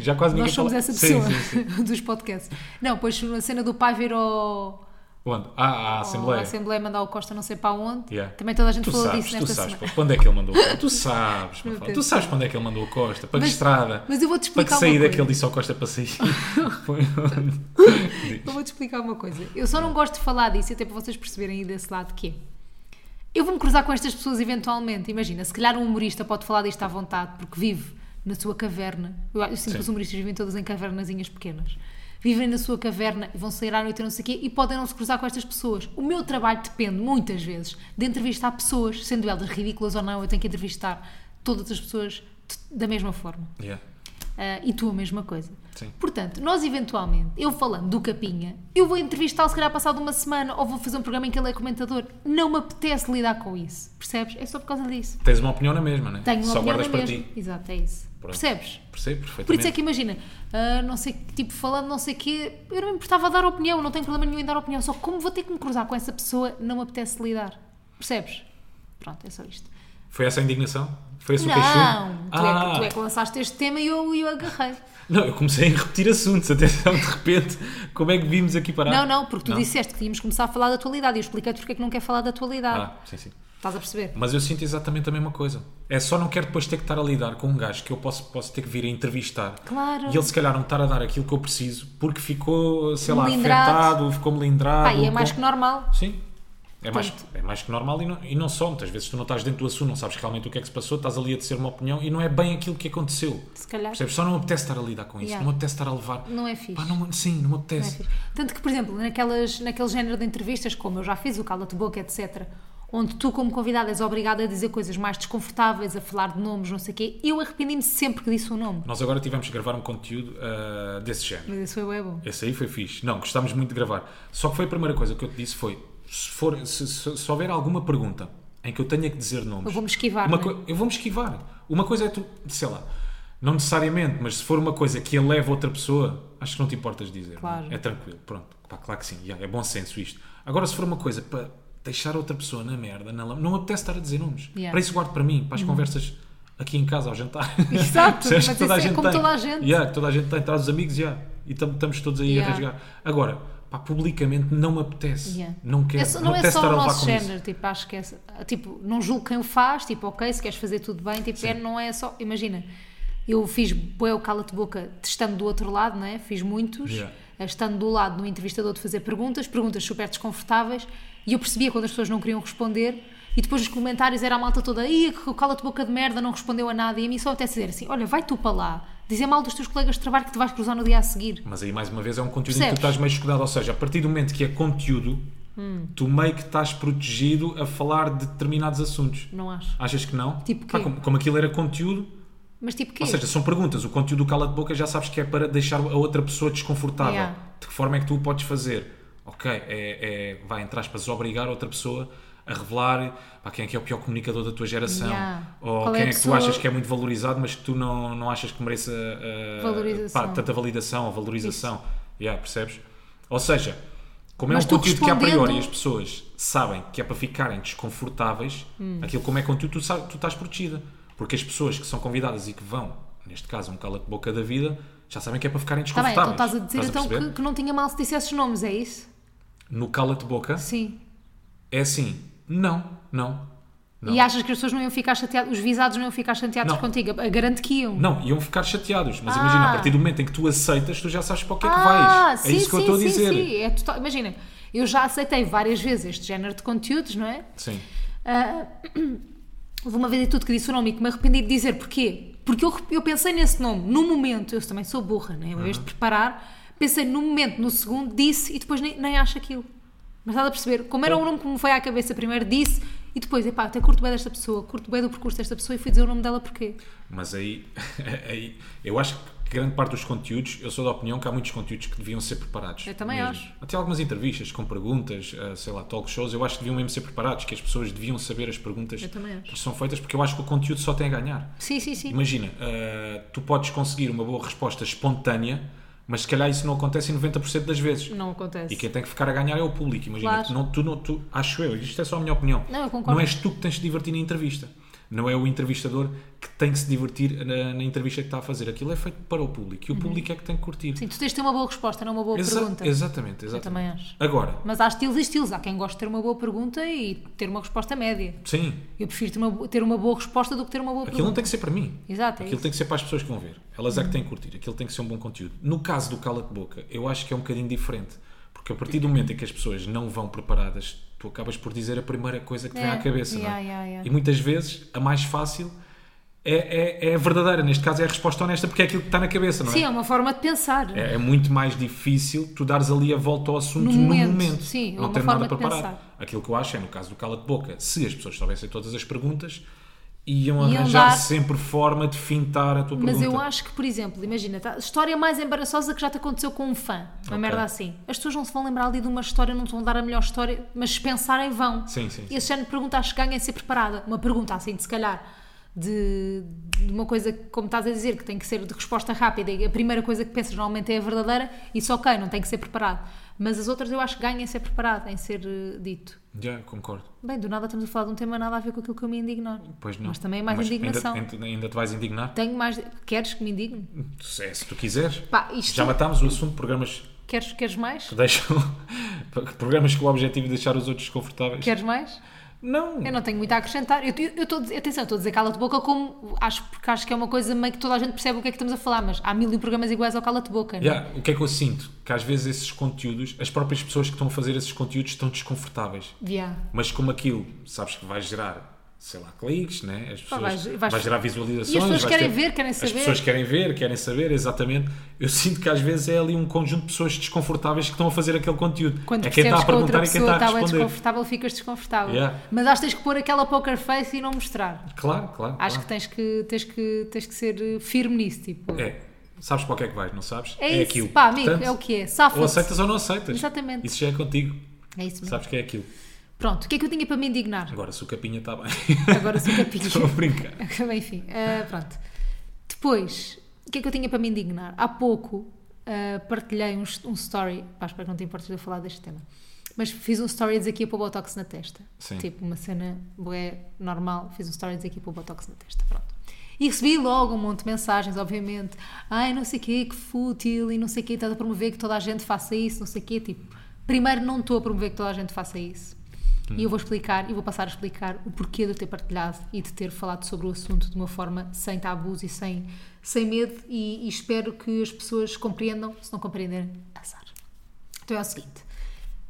[SPEAKER 2] Já quase ninguém
[SPEAKER 1] Nós somos
[SPEAKER 2] fala-
[SPEAKER 1] essa
[SPEAKER 2] Sim,
[SPEAKER 1] pessoa
[SPEAKER 2] sim, sim.
[SPEAKER 1] dos podcasts. Não, pois a cena do pai vir ao.
[SPEAKER 2] Onde? Ah, a Assembleia.
[SPEAKER 1] à Oh, Assembleia mandar o Costa não sei para onde.
[SPEAKER 2] Yeah.
[SPEAKER 1] Também toda a gente
[SPEAKER 2] Tu
[SPEAKER 1] falou
[SPEAKER 2] sabes,
[SPEAKER 1] disso
[SPEAKER 2] tu
[SPEAKER 1] nesta
[SPEAKER 2] sabes
[SPEAKER 1] semana.
[SPEAKER 2] para onde é que ele mandou o Costa. Tu sabes,
[SPEAKER 1] Meu
[SPEAKER 2] Mafalda. tu
[SPEAKER 1] Deus.
[SPEAKER 2] sabes para onde é que ele mandou o Costa. Para
[SPEAKER 1] Mas-
[SPEAKER 2] que estrada?
[SPEAKER 1] Mas eu vou-te
[SPEAKER 2] Para que
[SPEAKER 1] explicar uma
[SPEAKER 2] saída é
[SPEAKER 1] coisa.
[SPEAKER 2] que ele disse ao Costa para sair? Foi onde? Diz.
[SPEAKER 1] Eu vou-te explicar uma coisa. Eu só não gosto de falar disso, até para vocês perceberem aí desse lado que é. Eu vou-me cruzar com estas pessoas eventualmente. Imagina, se calhar um humorista pode falar disto à vontade, porque vive na sua caverna. Eu, eu sinto
[SPEAKER 2] Sim.
[SPEAKER 1] que os humoristas vivem todas em cavernazinhas pequenas. Vivem na sua caverna e vão sair à noite e não sei o quê e podem não se cruzar com estas pessoas. O meu trabalho depende, muitas vezes, de entrevistar pessoas, sendo elas ridículas ou não, eu tenho que entrevistar todas as pessoas de- da mesma forma.
[SPEAKER 2] Yeah.
[SPEAKER 1] Ah, e tu a mesma coisa.
[SPEAKER 2] Sim.
[SPEAKER 1] Portanto, nós eventualmente, eu falando do Capinha, eu vou entrevistá-lo se calhar passado uma semana ou vou fazer um programa em que ele é comentador. Não me apetece lidar com isso, percebes? É só por causa disso.
[SPEAKER 2] Tens uma opinião na mesma, não é?
[SPEAKER 1] Tenho uma
[SPEAKER 2] Só
[SPEAKER 1] opinião
[SPEAKER 2] guardas
[SPEAKER 1] na
[SPEAKER 2] para
[SPEAKER 1] mesma.
[SPEAKER 2] ti.
[SPEAKER 1] Exato, é isso.
[SPEAKER 2] Pronto.
[SPEAKER 1] Percebes?
[SPEAKER 2] Percebo
[SPEAKER 1] Por
[SPEAKER 2] perfeitamente.
[SPEAKER 1] isso é que imagina, ah, não sei, que tipo, falando não sei o quê, eu não me importava dar opinião, não tenho problema nenhum em dar opinião, só como vou ter que me cruzar com essa pessoa, não me apetece lidar. Percebes? Pronto, é só isto.
[SPEAKER 2] Foi essa a indignação? Foi esse o queixo?
[SPEAKER 1] Não, tu, é
[SPEAKER 2] Ah,
[SPEAKER 1] que, tu é que lançaste este tema e eu, eu agarrei.
[SPEAKER 2] Não, eu comecei a repetir assuntos, atenção, de repente, como é que vimos aqui parar?
[SPEAKER 1] Não, não, porque tu disseste que tínhamos que começar a falar da atualidade e eu expliquei-te porque é que não quer falar da atualidade.
[SPEAKER 2] Ah, Tá sim, sim.
[SPEAKER 1] Estás a perceber?
[SPEAKER 2] Mas eu sinto exatamente a mesma coisa. É só não quero depois ter que estar a lidar com um gajo que eu posso, posso ter que vir a entrevistar.
[SPEAKER 1] Claro.
[SPEAKER 2] E ele se calhar não estar a dar aquilo que eu preciso porque ficou, sei lá,
[SPEAKER 1] Melindrado.
[SPEAKER 2] afetado, ficou melindrado.
[SPEAKER 1] Pá, e é mais que normal.
[SPEAKER 2] Sim. É mais,
[SPEAKER 1] Ponto.
[SPEAKER 2] é mais que normal e não, e não só. Muitas vezes tu não estás dentro do assunto, não sabes realmente o que é que se passou, estás ali a tecer uma opinião e não é bem aquilo que aconteceu.
[SPEAKER 1] Se calhar.
[SPEAKER 2] Percebes? Só não me apetece estar a lidar com isso,
[SPEAKER 1] Yeah.
[SPEAKER 2] não me apetece estar a levar.
[SPEAKER 1] Não é fixe.
[SPEAKER 2] Pá, não me- sim, não me
[SPEAKER 1] Não é
[SPEAKER 2] apetece.
[SPEAKER 1] fixe. Tanto que, por exemplo, naquelas, naquele género de entrevistas, como eu já fiz, o Cala-te Boca, etc., onde tu, como convidada, és obrigada a dizer coisas mais desconfortáveis, a falar de nomes, não sei o quê, eu arrependi-me sempre que disse o nome.
[SPEAKER 2] Nós agora tivemos que gravar um conteúdo ah, desse género.
[SPEAKER 1] Mas isso foi bué bom.
[SPEAKER 2] Esse aí foi fixe. Não, gostámos muito de gravar. Só que foi a primeira coisa que eu te disse foi, se, for, se, se, se houver alguma pergunta em que eu tenha que dizer nomes...
[SPEAKER 1] Eu vou-me esquivar,
[SPEAKER 2] uma
[SPEAKER 1] não é?
[SPEAKER 2] co- Eu vou-me esquivar. Uma coisa é tu, sei lá, não necessariamente, mas se for uma coisa que eleva outra pessoa, acho que não te importas de dizer. não é?
[SPEAKER 1] Claro.
[SPEAKER 2] É tranquilo, pronto. Pá, claro que sim, já, é bom senso isto. Agora, se for uma coisa para deixar outra pessoa na merda, na lama, não me apetece estar a dizer nomes.
[SPEAKER 1] Yeah. Uhum.
[SPEAKER 2] Para isso guardo para mim, para as conversas aqui em casa, ao jantar.
[SPEAKER 1] Exato,
[SPEAKER 2] Percebes que
[SPEAKER 1] mas isso é como toda a gente.
[SPEAKER 2] Yeah, que toda a gente tem, traz os amigos yeah, e estamos todos aí
[SPEAKER 1] Yeah.
[SPEAKER 2] a rasgar. Agora, pá, publicamente não me apetece.
[SPEAKER 1] Yeah.
[SPEAKER 2] Não quero.
[SPEAKER 1] É só-
[SPEAKER 2] não
[SPEAKER 1] não é só
[SPEAKER 2] apetece estar
[SPEAKER 1] o
[SPEAKER 2] a levar
[SPEAKER 1] nosso
[SPEAKER 2] com
[SPEAKER 1] género,
[SPEAKER 2] isso.
[SPEAKER 1] tipo, acho que é. só- Tipo, não julgo quem o faz, tipo, ok, se queres fazer tudo bem, tipo, é, não é só. Imagina, eu fiz bué o cala-te-boca testando do outro lado, não é? Fiz muitos,
[SPEAKER 2] Yeah.
[SPEAKER 1] eh, estando do lado do entrevistador de fazer perguntas, perguntas super desconfortáveis, e eu percebia quando as pessoas não queriam responder. E depois nos comentários era a malta toda, ia que cala-te boca de merda, não respondeu a nada. E a mim só até dizer assim: olha, vai tu para lá, dizer mal dos teus colegas de trabalho que te vais cruzar no dia a seguir.
[SPEAKER 2] Mas aí, mais uma vez, é um conteúdo em que
[SPEAKER 1] Percebes?
[SPEAKER 2] tu estás meio escudado. Ou seja, a partir do momento que é conteúdo,
[SPEAKER 1] Hum.
[SPEAKER 2] tu meio que estás protegido a falar de determinados assuntos.
[SPEAKER 1] Não acho.
[SPEAKER 2] Achas que não?
[SPEAKER 1] Hum. Tipo
[SPEAKER 2] Pá,
[SPEAKER 1] quê?
[SPEAKER 2] como, como aquilo era conteúdo,
[SPEAKER 1] Mas tipo, quê?
[SPEAKER 2] ou seja, são perguntas. O conteúdo do cala de boca já sabes que é para deixar a outra pessoa desconfortável.
[SPEAKER 1] Yeah.
[SPEAKER 2] De que forma é que tu o podes fazer? Ok, é, é- vai, entre aspas, obrigar outra pessoa a revelar pá, quem é que é o pior comunicador da tua geração.
[SPEAKER 1] Yeah.
[SPEAKER 2] Ou
[SPEAKER 1] Qual é
[SPEAKER 2] quem
[SPEAKER 1] a
[SPEAKER 2] é, que tu
[SPEAKER 1] pessoa-
[SPEAKER 2] achas que é muito valorizado, mas que tu não, não achas que mereça eh,
[SPEAKER 1] Valorização.
[SPEAKER 2] pá, tanta validação ou valorização. Yeah, percebes? Ou seja, como
[SPEAKER 1] Mas
[SPEAKER 2] é um
[SPEAKER 1] tu
[SPEAKER 2] conteúdo que a priori
[SPEAKER 1] respondendo-
[SPEAKER 2] as pessoas sabem que é para ficarem desconfortáveis,
[SPEAKER 1] Hum.
[SPEAKER 2] aquilo como é conteúdo, tu, sabes, tu estás protegida. Porque as pessoas que são convidadas e que vão, neste caso, um cala-boca da vida, já sabem que é para ficarem
[SPEAKER 1] Está bem,
[SPEAKER 2] desconfortáveis.
[SPEAKER 1] então estás a dizer então
[SPEAKER 2] perceber?
[SPEAKER 1] que, que não tinha mal se dissesses nomes, é isso?
[SPEAKER 2] No cala-te-boca
[SPEAKER 1] Sim.
[SPEAKER 2] é assim, não, não, Não.
[SPEAKER 1] E achas que as pessoas não iam ficar chateadas, os visados não iam ficar chateados
[SPEAKER 2] Não.
[SPEAKER 1] contigo? Eu Garanto que iam.
[SPEAKER 2] não, iam ficar chateados. Mas
[SPEAKER 1] Ah.
[SPEAKER 2] imagina, a partir do momento em que tu aceitas, tu já sabes para o que é que
[SPEAKER 1] ah,
[SPEAKER 2] vais.
[SPEAKER 1] sim,
[SPEAKER 2] é isso que eu
[SPEAKER 1] sim,
[SPEAKER 2] estou a
[SPEAKER 1] sim,
[SPEAKER 2] dizer.
[SPEAKER 1] sim. É total- Imagina, eu já aceitei várias vezes este género de conteúdos, não é?
[SPEAKER 2] Sim.
[SPEAKER 1] Ah, Houve uma vez em tudo que disse o nome e que me arrependi de dizer porquê. Porque eu, rep- eu pensei nesse nome no momento, eu também sou burra, né? Uma vez de preparar, pensei no momento, no segundo, disse e depois nem, nem acho aquilo. Mas estás a perceber? Como era o nome que me foi à cabeça primeiro, disse e depois, epá, até curto bem desta pessoa, curto bem do percurso desta pessoa e fui dizer o nome dela porquê.
[SPEAKER 2] Mas aí, aí eu acho que grande parte dos conteúdos, eu sou da opinião que há muitos conteúdos que deviam ser preparados.
[SPEAKER 1] Eu também
[SPEAKER 2] mesmo.
[SPEAKER 1] acho.
[SPEAKER 2] Até algumas entrevistas com perguntas, ah, sei lá, talk shows, eu acho que deviam mesmo ser preparados, que as pessoas deviam saber as perguntas
[SPEAKER 1] Eu também acho.
[SPEAKER 2] que são feitas, porque eu acho que o conteúdo só tem a ganhar.
[SPEAKER 1] Sim, sim, sim.
[SPEAKER 2] Imagina, ah, tu podes conseguir uma boa resposta espontânea, mas se calhar isso não acontece em 90% das vezes.
[SPEAKER 1] Não acontece.
[SPEAKER 2] E quem tem que ficar a ganhar é o público, imagina.
[SPEAKER 1] Claro.
[SPEAKER 2] Tu não, tu não, tu, acho eu, isto é só a minha opinião.
[SPEAKER 1] Não, eu concordo.
[SPEAKER 2] Não és tu que tens de divertir na entrevista. Não é o entrevistador que tem que se divertir na, na entrevista que está a fazer. Aquilo é feito para o público e o público é que tem que curtir.
[SPEAKER 1] Uhum. Sim, tu tens de ter uma boa resposta, não uma boa
[SPEAKER 2] Exa-
[SPEAKER 1] pergunta.
[SPEAKER 2] Exatamente, exatamente.
[SPEAKER 1] Eu também acho.
[SPEAKER 2] Agora,
[SPEAKER 1] Mas há estilos e estilos. Há quem gosta de ter uma boa pergunta e ter uma resposta média.
[SPEAKER 2] sim,
[SPEAKER 1] Eu prefiro ter uma, bo- ter uma boa resposta do que ter uma boa
[SPEAKER 2] aquilo não
[SPEAKER 1] pergunta.
[SPEAKER 2] tem que ser para mim.
[SPEAKER 1] Exato, é
[SPEAKER 2] Aquilo
[SPEAKER 1] isso. Uhum.
[SPEAKER 2] tem que ser para as pessoas que vão ver. Elas é que têm que curtir. Aquilo tem que ser um bom conteúdo. No caso do cala-te-boca, eu acho que é um bocadinho diferente. Porque a partir do momento em que as pessoas não vão preparadas, tu acabas por dizer a primeira coisa que te vem
[SPEAKER 1] É,
[SPEAKER 2] à cabeça, não
[SPEAKER 1] yeah,
[SPEAKER 2] é?
[SPEAKER 1] yeah, yeah.
[SPEAKER 2] E muitas vezes, a mais fácil é, é, é a verdadeira. Neste caso, é a resposta honesta, porque é aquilo que está na cabeça, não é?
[SPEAKER 1] Sim, é uma forma de pensar.
[SPEAKER 2] É, é muito mais difícil tu dares ali a volta ao assunto
[SPEAKER 1] No
[SPEAKER 2] no,
[SPEAKER 1] momento,
[SPEAKER 2] momento,
[SPEAKER 1] sim, é
[SPEAKER 2] não
[SPEAKER 1] uma
[SPEAKER 2] ter
[SPEAKER 1] forma
[SPEAKER 2] nada
[SPEAKER 1] de
[SPEAKER 2] preparado.
[SPEAKER 1] pensar.
[SPEAKER 2] Aquilo que eu acho é, no caso do cala-de-boca, se as pessoas soubessem todas as perguntas, iam,
[SPEAKER 1] Iam
[SPEAKER 2] arranjar
[SPEAKER 1] dar-
[SPEAKER 2] sempre forma de fintar a tua
[SPEAKER 1] Mas
[SPEAKER 2] pergunta.
[SPEAKER 1] eu acho que, por exemplo, imagina, tá, história mais embaraçosa que já te aconteceu com um fã. Uma
[SPEAKER 2] Ok.
[SPEAKER 1] merda assim. As pessoas não se vão lembrar ali de uma história, não te vão dar a melhor história, mas se pensarem vão.
[SPEAKER 2] Sim, sim,
[SPEAKER 1] E esse género de pergunta acho que ganha em ser preparada. Uma pergunta assim, de se calhar, de, de uma coisa, que, como estás a dizer, que tem que ser de resposta rápida e a primeira coisa que pensas normalmente é a verdadeira, isso ok, não tem que ser preparado. Mas as outras eu acho que ganham em ser preparado, em ser eh, dito.
[SPEAKER 2] Já, concordo.
[SPEAKER 1] Bem, do nada estamos a falar de um tema nada a ver com aquilo que eu me indignar.
[SPEAKER 2] Pois não.
[SPEAKER 1] Mas também é mais
[SPEAKER 2] Mas
[SPEAKER 1] indignação.
[SPEAKER 2] Ainda, ainda- ainda te vais indignar?
[SPEAKER 1] Tenho mais. Queres que me indigne?
[SPEAKER 2] Se, se tu quiseres.
[SPEAKER 1] Pá, isto-
[SPEAKER 2] Já matámos o assunto, programas
[SPEAKER 1] Queres, queres mais?
[SPEAKER 2] que deixam. programas com o objetivo de deixar os outros desconfortáveis.
[SPEAKER 1] Queres mais?
[SPEAKER 2] Não,
[SPEAKER 1] Eu não tenho muito a acrescentar. Eu, eu, eu estou a dizer- atenção, eu estou a dizer cala-te-boca como. Acho, porque acho que é uma coisa meio que toda a gente percebe o que é que estamos a falar, mas há mil e um programas iguais ao cala-te-boca. não é?
[SPEAKER 2] Yeah, o que é que eu sinto? Que às vezes esses conteúdos, as próprias pessoas que estão a fazer esses conteúdos estão desconfortáveis.
[SPEAKER 1] Yeah.
[SPEAKER 2] Mas como aquilo, sabes que vai gerar, sei lá, cliques, né? As pessoas,
[SPEAKER 1] vais-
[SPEAKER 2] vai,
[SPEAKER 1] vais-
[SPEAKER 2] gerar visualizações.
[SPEAKER 1] E as pessoas
[SPEAKER 2] vais
[SPEAKER 1] querem ver, querem saber.
[SPEAKER 2] As pessoas querem ver, querem saber, exatamente. Eu sinto que às vezes é ali um conjunto de pessoas desconfortáveis que estão a fazer aquele conteúdo.
[SPEAKER 1] Quando
[SPEAKER 2] é quem está
[SPEAKER 1] percebes
[SPEAKER 2] a
[SPEAKER 1] que a outra
[SPEAKER 2] perguntar e quem
[SPEAKER 1] pessoa
[SPEAKER 2] está a
[SPEAKER 1] está bem
[SPEAKER 2] responder.
[SPEAKER 1] desconfortável, ficas desconfortável.
[SPEAKER 2] Yeah.
[SPEAKER 1] Mas acho que tens que pôr aquela poker face e não mostrar.
[SPEAKER 2] Claro, claro.
[SPEAKER 1] Acho que
[SPEAKER 2] claro.
[SPEAKER 1] tens que, tens que, tens que ser eh, firme nisso. Tipo,
[SPEAKER 2] É. Sabes para o que é que vais, não sabes?
[SPEAKER 1] É isso, pá, amigo, é o que é. Safa-te.
[SPEAKER 2] Ou aceitas ou não aceitas.
[SPEAKER 1] Exatamente.
[SPEAKER 2] Isso já é contigo.
[SPEAKER 1] é isso mesmo.
[SPEAKER 2] Sabes que é aquilo.
[SPEAKER 1] Pronto, o que é que eu tinha para me indignar?
[SPEAKER 2] Agora, se o capinha está bem.
[SPEAKER 1] Agora sou capinha.
[SPEAKER 2] Estou a brincar.
[SPEAKER 1] Acabei, enfim. Ah, pronto. Depois, o que é que eu tinha para me indignar? Há pouco ah, partilhei um, um story. Pá, espero que não te importes de eu falar deste tema. Mas fiz um story a dizer que ia para o Botox na testa.
[SPEAKER 2] Sim.
[SPEAKER 1] Tipo, uma cena bué normal. Fiz um story a dizer que ia para o Botox na testa. Pronto. E recebi logo um monte de mensagens, obviamente. Ai, não sei o quê, que fútil e não sei o quê. Estás a promover que toda a gente faça isso, não sei o quê. Tipo, primeiro não estou a promover que toda a gente faça isso. E eu vou explicar e vou passar a explicar o porquê de eu ter partilhado e de ter falado sobre o assunto de uma forma sem tabus e sem, sem medo. E, e espero que as pessoas compreendam. Se não compreenderem, azar. Então é o seguinte: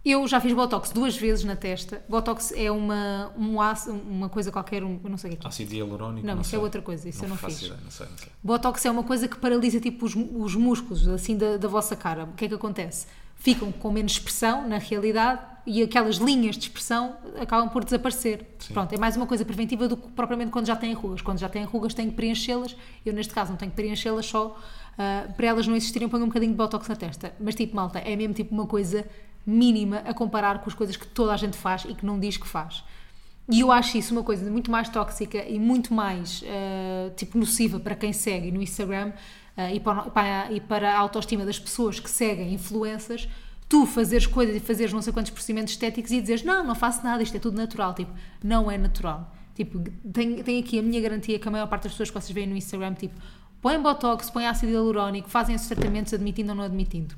[SPEAKER 1] eu já fiz botox duas vezes na testa. Botox é uma, um ácido, uma coisa qualquer, um, eu não sei o que é.
[SPEAKER 2] Ácido hialurónico?
[SPEAKER 1] Não, isso
[SPEAKER 2] sei.
[SPEAKER 1] é outra coisa, isso eu não
[SPEAKER 2] faço
[SPEAKER 1] fiz.
[SPEAKER 2] Ideia, não sei, não sei.
[SPEAKER 1] Botox é uma coisa que paralisa tipo os, mu- os músculos assim da, da vossa cara. O que é que acontece? Ficam com menos expressão na realidade e aquelas linhas de expressão acabam por desaparecer.
[SPEAKER 2] Sim.
[SPEAKER 1] Pronto, é mais uma coisa preventiva do que propriamente quando já têm rugas. Quando já têm rugas têm que preenchê-las. Eu neste caso não tenho que preenchê-las só ah, para elas não existirem ponho um bocadinho de botox na testa. Mas tipo malta, é mesmo tipo uma coisa mínima a comparar com as coisas que toda a gente faz e que não diz que faz. E eu acho isso uma coisa muito mais tóxica e muito mais eh, tipo nociva para quem segue no Instagram eh, e, para, o no- para- e para a autoestima das pessoas que seguem influencers. Tu fazeres coisas e fazeres não sei quantos procedimentos estéticos e dizeres não, não faço nada, isto é tudo natural. Tipo, não é natural. Tipo, tem, tem aqui a minha garantia que a maior parte das pessoas que vocês veem no Instagram, tipo, põem botox, põem ácido hialurónico, fazem esses tratamentos admitindo ou não admitindo.